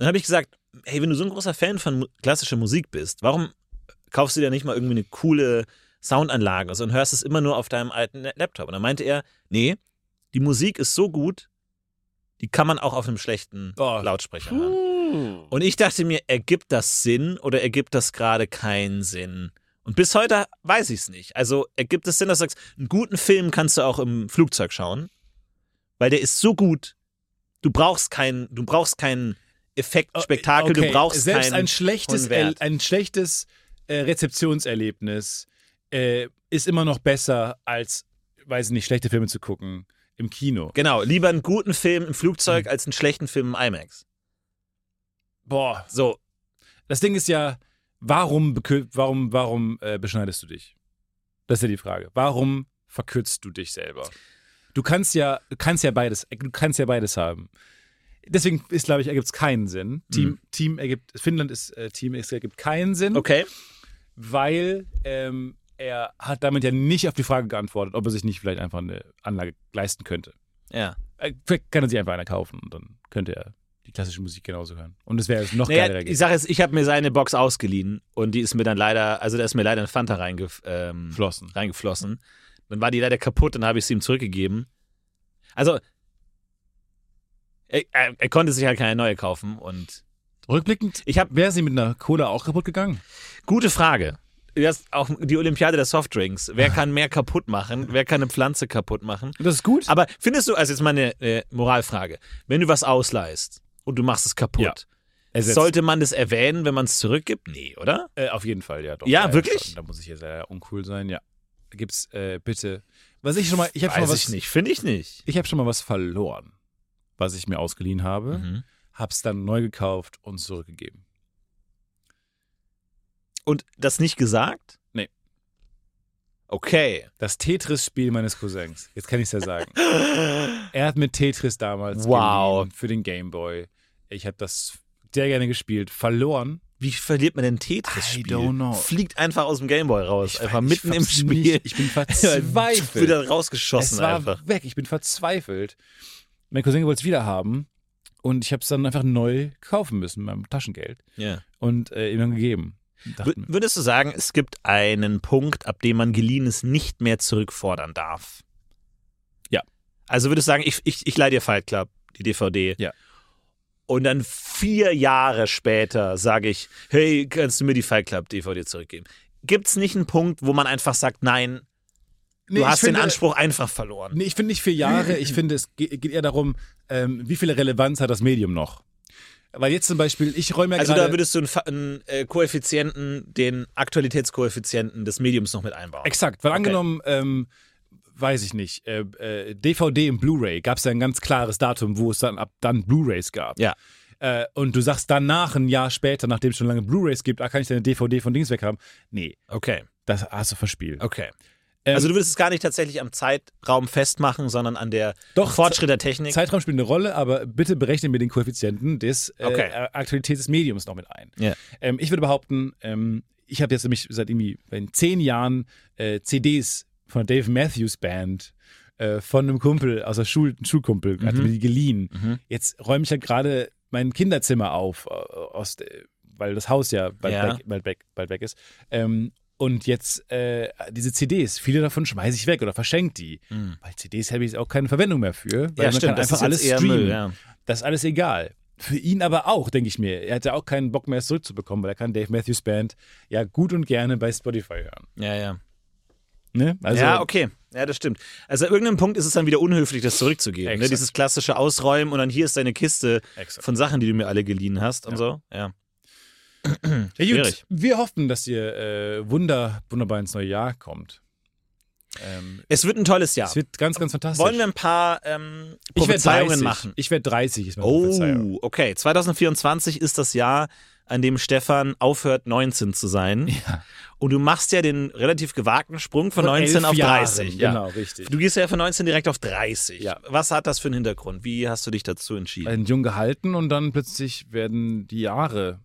dann habe ich gesagt, hey, wenn du so ein großer Fan von mu- klassischer Musik bist, warum kaufst du dir nicht mal irgendwie eine coole Soundanlage und so und hörst es immer nur auf deinem alten Laptop? Und dann meinte er, nee, Die Musik ist so gut, die kann man auch auf einem schlechten
Oh.
Lautsprecher hören. Und ich dachte mir, ergibt das Sinn oder ergibt das gerade keinen Sinn? Und bis heute weiß ich es nicht. Also ergibt es Sinn, dass du sagst, einen guten Film kannst du auch im Flugzeug schauen, weil der ist so gut. Du brauchst keinen, du brauchst keinen Effekt, Oh, Spektakel,
Oh, okay.
du brauchst
Selbst
keinen
ein schlechtes,
hohen Wert.
Er- ein schlechtes äh, Rezeptionserlebnis äh, ist immer noch besser als, weiß ich nicht, schlechte Filme zu gucken im Kino.
Genau, lieber einen guten Film im Flugzeug
Mhm.
als einen schlechten Film im IMAX.
Boah.
So,
Das Ding ist ja, warum, bekü- warum, warum äh, beschneidest du dich? Das ist ja die Frage. Warum verkürzt du dich selber? Du kannst ja, du kannst ja beides, du kannst ja beides haben. Deswegen ist, glaube ich, ergibt es keinen Sinn. Team, Team ergibt, Finnland ist äh, Team, es ergibt keinen Sinn.
Mhm. okay.
weil ähm, er hat damit ja nicht auf die Frage geantwortet, ob er sich nicht vielleicht einfach eine Anlage leisten könnte.
Ja.
Äh, Vielleicht kann er sich einfach eine kaufen und dann könnte er die klassische Musik genauso hören. Und es wäre jetzt noch
Naja,
geiler
ich
gewesen.
sage jetzt, ich habe mir seine Box ausgeliehen und die ist mir dann leider, also da ist mir leider ein Fanta reingef ähm,
Flossen.
reingeflossen. Dann war die leider kaputt, dann habe ich sie ihm zurückgegeben. Also, er, er, er konnte sich halt keine neue kaufen und
Rückblickend
ich habe
wäre sie mit einer Cola auch kaputt gegangen.
Gute Frage. Das, auch die Olympiade der Softdrinks. Wer kann mehr kaputt machen? Wer kann eine Pflanze kaputt machen?
Und das ist gut.
Aber findest du, also jetzt mal eine äh, Moralfrage, wenn du was ausleihst und du machst es kaputt,
Ja. Ersetzt.
sollte man das erwähnen, wenn man es zurückgibt? Nee, oder?
Äh, auf jeden Fall, ja. Doch,
Ja, wirklich?
schon. Da muss ich jetzt leider uncool sein, ja. Gibt's äh, bitte. Was ich schon mal, ich habe schon mal
Weiß
was,
ich nicht, finde ich nicht.
ich habe schon mal was verloren, was ich mir ausgeliehen habe,
Mhm.
hab's dann neu gekauft und zurückgegeben.
Und das nicht gesagt?
Nee.
Okay.
Das Tetris-Spiel meines Cousins. Jetzt kann ich es ja [laughs] sagen. er hat mit Tetris damals
Wow.
geliehen für den Gameboy. Ich habe das sehr gerne gespielt, verloren.
Wie verliert man denn Tetris-Spiel?
I don't know.
Fliegt einfach aus dem Gameboy raus. einfach
Ich
mitten im
hab's
Spiel.
[laughs] Nicht, ich bin verzweifelt.
Wieder rausgeschossen
es war
einfach.
weg. Ich bin verzweifelt. Mein Cousin wollte es wieder haben und ich habe es dann einfach neu kaufen müssen mit meinem Taschengeld
Ja.
und äh, ihm dann gegeben. Dachte
Wür-
mir,
Würdest du sagen, es gibt einen Punkt, ab dem man Geliehenes nicht mehr zurückfordern darf?
Ja.
Also würdest du sagen, ich, ich, ich leihe dir Fight Club, die DVD.
Ja.
Und dann vier Jahre später sage ich, hey, kannst du mir die Fight Club DVD zurückgeben? Gibt es nicht einen Punkt, wo man einfach sagt, nein, du
nee, ich
hast den
finde-
Anspruch einfach verloren?
Nee, ich finde nicht vier [laughs] Jahre. Ich finde, es ge- geht eher darum, ähm, wie viel Relevanz hat das Medium noch. Weil jetzt zum Beispiel, ich räume ja
Also da
gerade...
würdest du einen, Fa- einen äh, Koeffizienten, den Aktualitätskoeffizienten des Mediums noch mit einbauen.
Exakt, weil angenommen, ähm, weiß ich nicht, äh, äh, DVD und Blu-ray gab es ja ein ganz klares Datum, wo es dann ab dann Blu-rays gab.
Ja.
Äh, und du sagst danach, ein Jahr später, nachdem es schon lange Blu-rays gibt, ah, kann ich deine DVD von Dings weghaben? Nee,
Okay.
das hast du verspielt.
Okay.
Ähm,
also du würdest es gar nicht tatsächlich am Zeitraum festmachen, sondern an der
Doch,
Fortschritt der Technik.
Zeitraum spielt eine Rolle, aber bitte berechne mir den Koeffizienten des äh,
Okay.
Aktualität des Mediums noch mit ein.
Ja.
Ähm, ich würde behaupten, ähm, ich habe jetzt nämlich seit irgendwie in zehn Jahren äh, CDs von der Dave Matthews Band äh, von einem Kumpel aus der Schul ein Schulkumpel,
Mhm.
hat mir die geliehen. Jetzt räume ich halt gerade mein Kinderzimmer auf, äh, aus, de- weil das Haus ja bald,
Ja.
Weg, bald, weg, bald weg ist. Ähm, und jetzt äh, diese CDs, viele davon schmeiße ich weg oder verschenke die.
Mhm.
Weil CDs habe ich jetzt auch keine Verwendung mehr für. Weil
Ja,
man
stimmt,
kann
das
einfach
ist jetzt
alles
eher
streamen.
Müll, ja.
Das ist alles egal. Für ihn aber auch, denke ich mir. Er hat ja auch keinen Bock mehr, es zurückzubekommen, weil er kann Dave Matthews Band ja gut und gerne bei Spotify hören.
ja, ja.
Ne? Also,
ja, okay. Ja, das stimmt. Also an irgendeinem Punkt ist es dann wieder unhöflich, das zurückzugeben. Ne?
Exakt.
Dieses klassische Ausräumen und dann hier ist deine Kiste
Exakt.
von Sachen, die du mir alle geliehen hast und so. Ja.
ja, gut.
schwierig.
Wir hoffen, dass ihr äh, wunder, wunderbar ins neue Jahr kommt. Ähm,
Es wird ein tolles Jahr.
Es wird ganz, ganz fantastisch.
Wollen wir ein paar ähm,
ich werde
Prophezeiungen
30.
machen?
Ich werde 30, ist meine Prophezeiung.
Oh, okay. 2024 ist das Jahr, an dem Stefan aufhört, 19 zu sein.
Ja.
Und du machst ja den relativ gewagten Sprung von,
Von
19
elf
auf
Jahren,
30. ja.
genau, richtig.
Du gehst ja von 19 direkt auf 30.
Ja.
Was hat das für einen Hintergrund? Wie hast du dich dazu entschieden?
Ein Jung gehalten und dann plötzlich werden die Jahre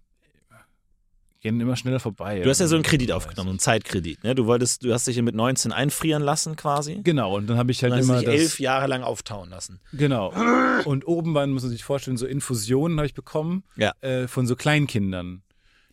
gehen immer schneller vorbei. also
Du hast ja so einen Kredit aufgenommen, einen Zeitkredit. Ne? Du wolltest, du hast dich mit 19 einfrieren lassen quasi.
Genau, und dann habe ich halt
Dann hast du
immer
dich
das.
elf Jahre lang auftauen lassen.
Genau. Und oben waren, muss man sich vorstellen, so Infusionen habe ich bekommen
Ja.
äh, von so Kleinkindern.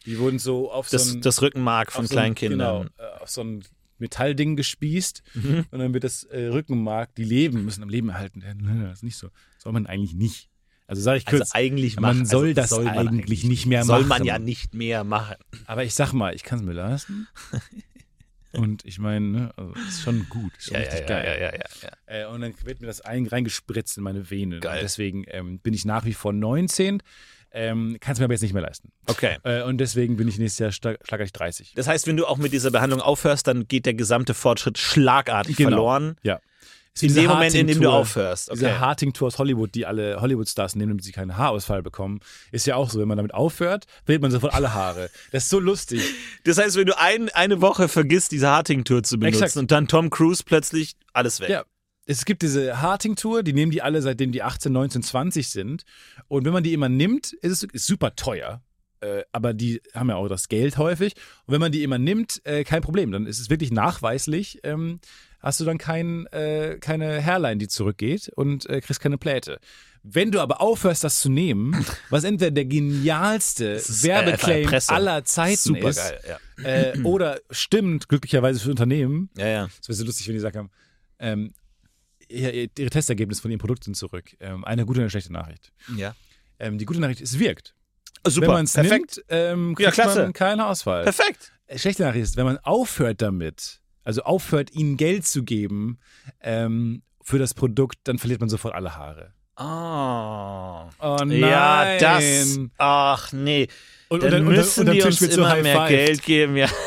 Die wurden so auf
Das,
so ein,
das Rückenmark von
auf so ein-
Kleinkindern.
Genau, äh, auf so ein Metallding gespießt
Mhm.
und dann wird das äh, Rückenmark, die Leben müssen am Leben erhalten werden. Nein, Das ist nicht so. Soll man eigentlich nicht. Also sage ich
Also
kurz,
eigentlich
man
machen-
soll
also
das
soll man
eigentlich,
eigentlich
nicht mehr
Soll
machen.
man ja nicht mehr machen.
Aber ich sag mal, ich kann es
[laughs]
mir lassen. Und ich meine, ne, also ist schon gut, ist schon richtig geil.
ja.
Äh, und dann wird mir das ein reingespritzt in meine Vene.
Geil.
Und Deswegen ähm, bin ich nach wie vor 19. Ähm, Kann es mir aber jetzt nicht mehr leisten.
Okay.
Äh, und deswegen bin ich nächstes Jahr stark, schlagartig 30.
Das heißt, wenn du auch mit dieser Behandlung aufhörst, dann geht der gesamte Fortschritt schlagartig
Genau.
verloren.
Ja.
In
Ist wie diese
dem Moment, in dem du
Harting-Tour.
aufhörst.
Diese
Okay.
Harting-Tour aus Hollywood, die alle Hollywood-Stars nehmen, damit sie keinen Haarausfall bekommen, ist ja auch so. Wenn man damit aufhört, verliert man sofort alle Haare. Das ist so lustig.
Das heißt, wenn du ein, eine Woche vergisst, diese Harting-Tour zu benutzen
Exakt.
und dann Tom Cruise plötzlich alles weg.
Ja. Es gibt diese Harting-Tour, die nehmen die alle, seitdem die 18, 19, 20 sind. Und wenn man die immer nimmt, ist es ist super teuer. Äh, aber die haben ja auch das Geld häufig. Und wenn man die immer nimmt, äh, kein Problem. Dann ist es wirklich nachweislich, ähm, hast du dann kein, äh, keine Hairline, die zurückgeht und äh, kriegst keine Pläte. Wenn du aber aufhörst, das
[laughs]
zu nehmen, was entweder der genialste
ist, äh,
Werbeclaim
Erpressung.
aller Zeiten
Super
ist
geil. Ja.
äh, oder stimmt glücklicherweise für Unternehmen,
ja, ja.
es wäre so lustig, wenn die gesagt haben, ähm, ihr- ihr- ihre Testergebnisse von ihrem Produkt sind zurück. Ähm, eine gute und eine schlechte Nachricht.
ja.
Ähm, die gute Nachricht, es wirkt.
Super.
wenn man es
Perfekt.
nimmt, ähm,
Ja,
kriegt
klasse.
man keinen Ausfall.
Perfekt.
Äh, Schlechte Nachricht ist, wenn man aufhört damit, also aufhört, ihnen Geld zu geben ähm, für das Produkt, dann verliert man sofort alle Haare.
Oh.
Oh nein.
Ja, das. Ach nee.
Und,
dann müssen die uns
wird's so
immer
High
mehr
Five.
Geld geben, ja. [laughs]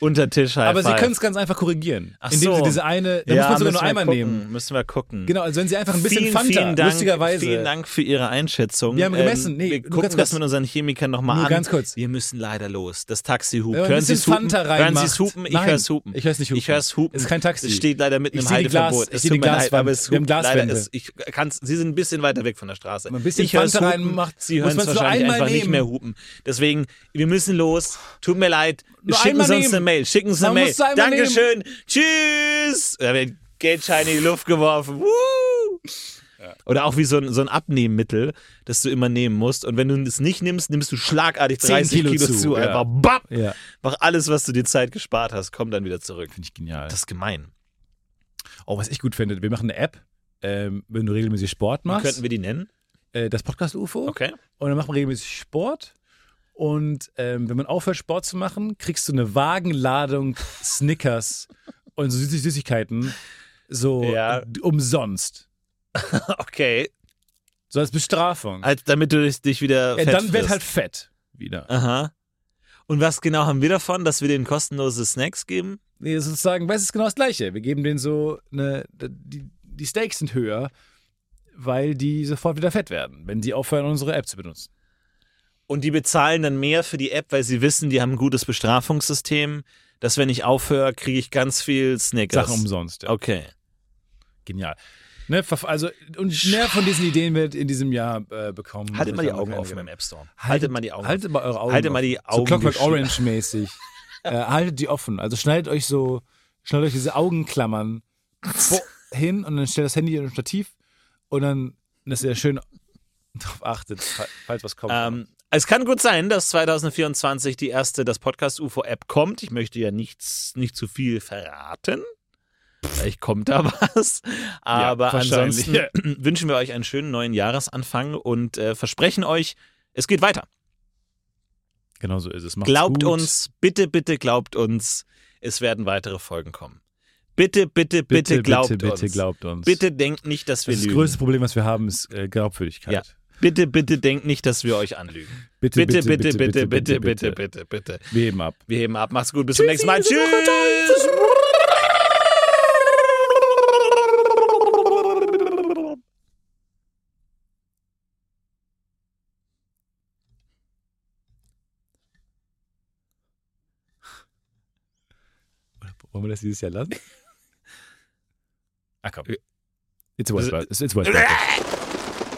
unter Tisch High
Aber sie
Five.
können es ganz einfach korrigieren.
Ach
indem
so.
sie diese eine, da
ja,
muss man sogar
müssen wir
nur einmal
gucken,
nehmen.
Müssen wir gucken.
Genau, also wenn sie einfach ein bisschen
vielen,
Fanta,
vielen Dank,
lustigerweise.
Vielen Dank für Ihre Einschätzung. Ähm,
Wir haben gemessen, nee,
wir
nur
gucken
ganz
das
kurz.
mit unseren Chemikern nochmal
Nur
an.
ganz kurz.
Wir müssen leider los. Das Taxi hupt.
Wenn man ein
Hören Sie
bisschen
es hupen?
Fanta
Hören Sie
reinmacht.
es hupen? Ich
Nein,
höre es hupen.
ich hör's nicht hupen.
Ich höre es hupen.
Es ist kein Taxi.
Es steht leider mitten
Ich
im
sehe die
Halteverbot.
Glas- ich
Es
sehe
tut
die
mir leid,
Glaswand.
aber es
Wir haben
hupt leider.
Glaswände.
Es, ich kann's, Sie sind ein bisschen weiter weg von der Straße.
Ein bisschen
ich höre es
Fanta
hupen.
reinmacht.
Sie
Muss
hören
man
es
nur
wahrscheinlich
einmal
einfach nicht
nehmen.
mehr hupen. Deswegen, wir müssen los. Tut mir leid.
Nur
Schicken
einmal
Sie uns eine
nehmen.
Mail. Schicken Sie eine
Man
Mail.
muss es einmal nehmen.
Dankeschön. Tschüss. Da wird Geldscheine in die Luft geworfen. Woo! Oder auch wie so ein, so ein Abnehmmittel, das du immer nehmen musst. Und wenn du es nicht nimmst, nimmst du schlagartig
10
30 Kilo,
Kilo
zu.
zu, ja.
Einfach bap!
Ja.
Mach alles, was du dir Zeit gespart hast, komm dann wieder zurück.
Finde ich genial.
Das ist gemein.
oh, was ich gut finde, wir machen eine App, ähm, wenn du regelmäßig Sport
Wie
machst.
könnten wir die nennen?
äh, das Podcast-UFO.
Okay.
Und dann macht man regelmäßig Sport. Und ähm, wenn man aufhört, Sport zu machen, kriegst du eine Wagenladung Snickers und so süße Süßigkeiten so
Ja.
d- umsonst.
[laughs] Okay.
So als Bestrafung.
Als, damit du dich- dich wieder.
ja,
fett
dann wird
frisst.
halt fett wieder.
Aha. Und was genau haben wir davon, dass wir denen kostenlose Snacks geben?
Nee, das ist sozusagen, weißt du, ist genau das Gleiche. Wir geben denen so eine, die, die Stakes sind höher, weil die sofort wieder fett werden, wenn die aufhören, unsere App zu benutzen.
Und die bezahlen dann mehr für die App, weil sie wissen, die haben ein gutes Bestrafungssystem, dass wenn ich aufhöre, kriege ich ganz viel Snickers.
Sachen um umsonst. Ja.
Okay.
Genial. Ne, verf- also, und mehr von diesen Ideen wird in diesem Jahr äh, bekommen.
Haltet mal die
Ich habe
Augen
keine
auf
Ahnung.
beim App Store. Haltet,
Haltet-
mal die Augen
Haltet mal eure Augen
Haltet mal die
offen.
Augen
So Clockwork
geschlossen. [laughs]
Orange-mäßig. äh, haltet die offen. Also schneidet euch so, schneidet euch diese Augenklammern bo- hin und dann stellt das Handy in ein Stativ und dann, dass ihr schön drauf achtet, fa- falls was kommt.
auf. Ähm, es kann gut sein, dass 2024 die erste, das Podcast UFO App kommt. Ich möchte ja nichts, nicht zu viel verraten. Vielleicht kommt da [laughs] was. Aber
wahrscheinlich.
ansonsten [clears throat] wünschen wir euch einen schönen neuen Jahresanfang und äh, versprechen euch, es geht weiter.
Genau so ist es. Macht's
Glaubt
gut.
uns, bitte, bitte glaubt uns, es werden weitere Folgen kommen. Bitte, bitte, bitte,
Bitte,
glaubt
bitte,
uns.
bitte glaubt uns.
Bitte denkt nicht, dass wir
Das, ist das
lügen.
größte Problem, was wir haben, ist äh, Glaubwürdigkeit.
Ja. Bitte, bitte denkt nicht, dass wir euch anlügen. Bitte, bitte, bitte, bitte, bitte, bitte, bitte.
Wir heben ab.
Wir heben ab. Macht's gut. Bis zum nächsten Mal. Tschüss.
Wollen wir das dieses Jahr lassen? Ah, komm. Äh,
Ja.
It's a West
Das-
It's a West Bastard.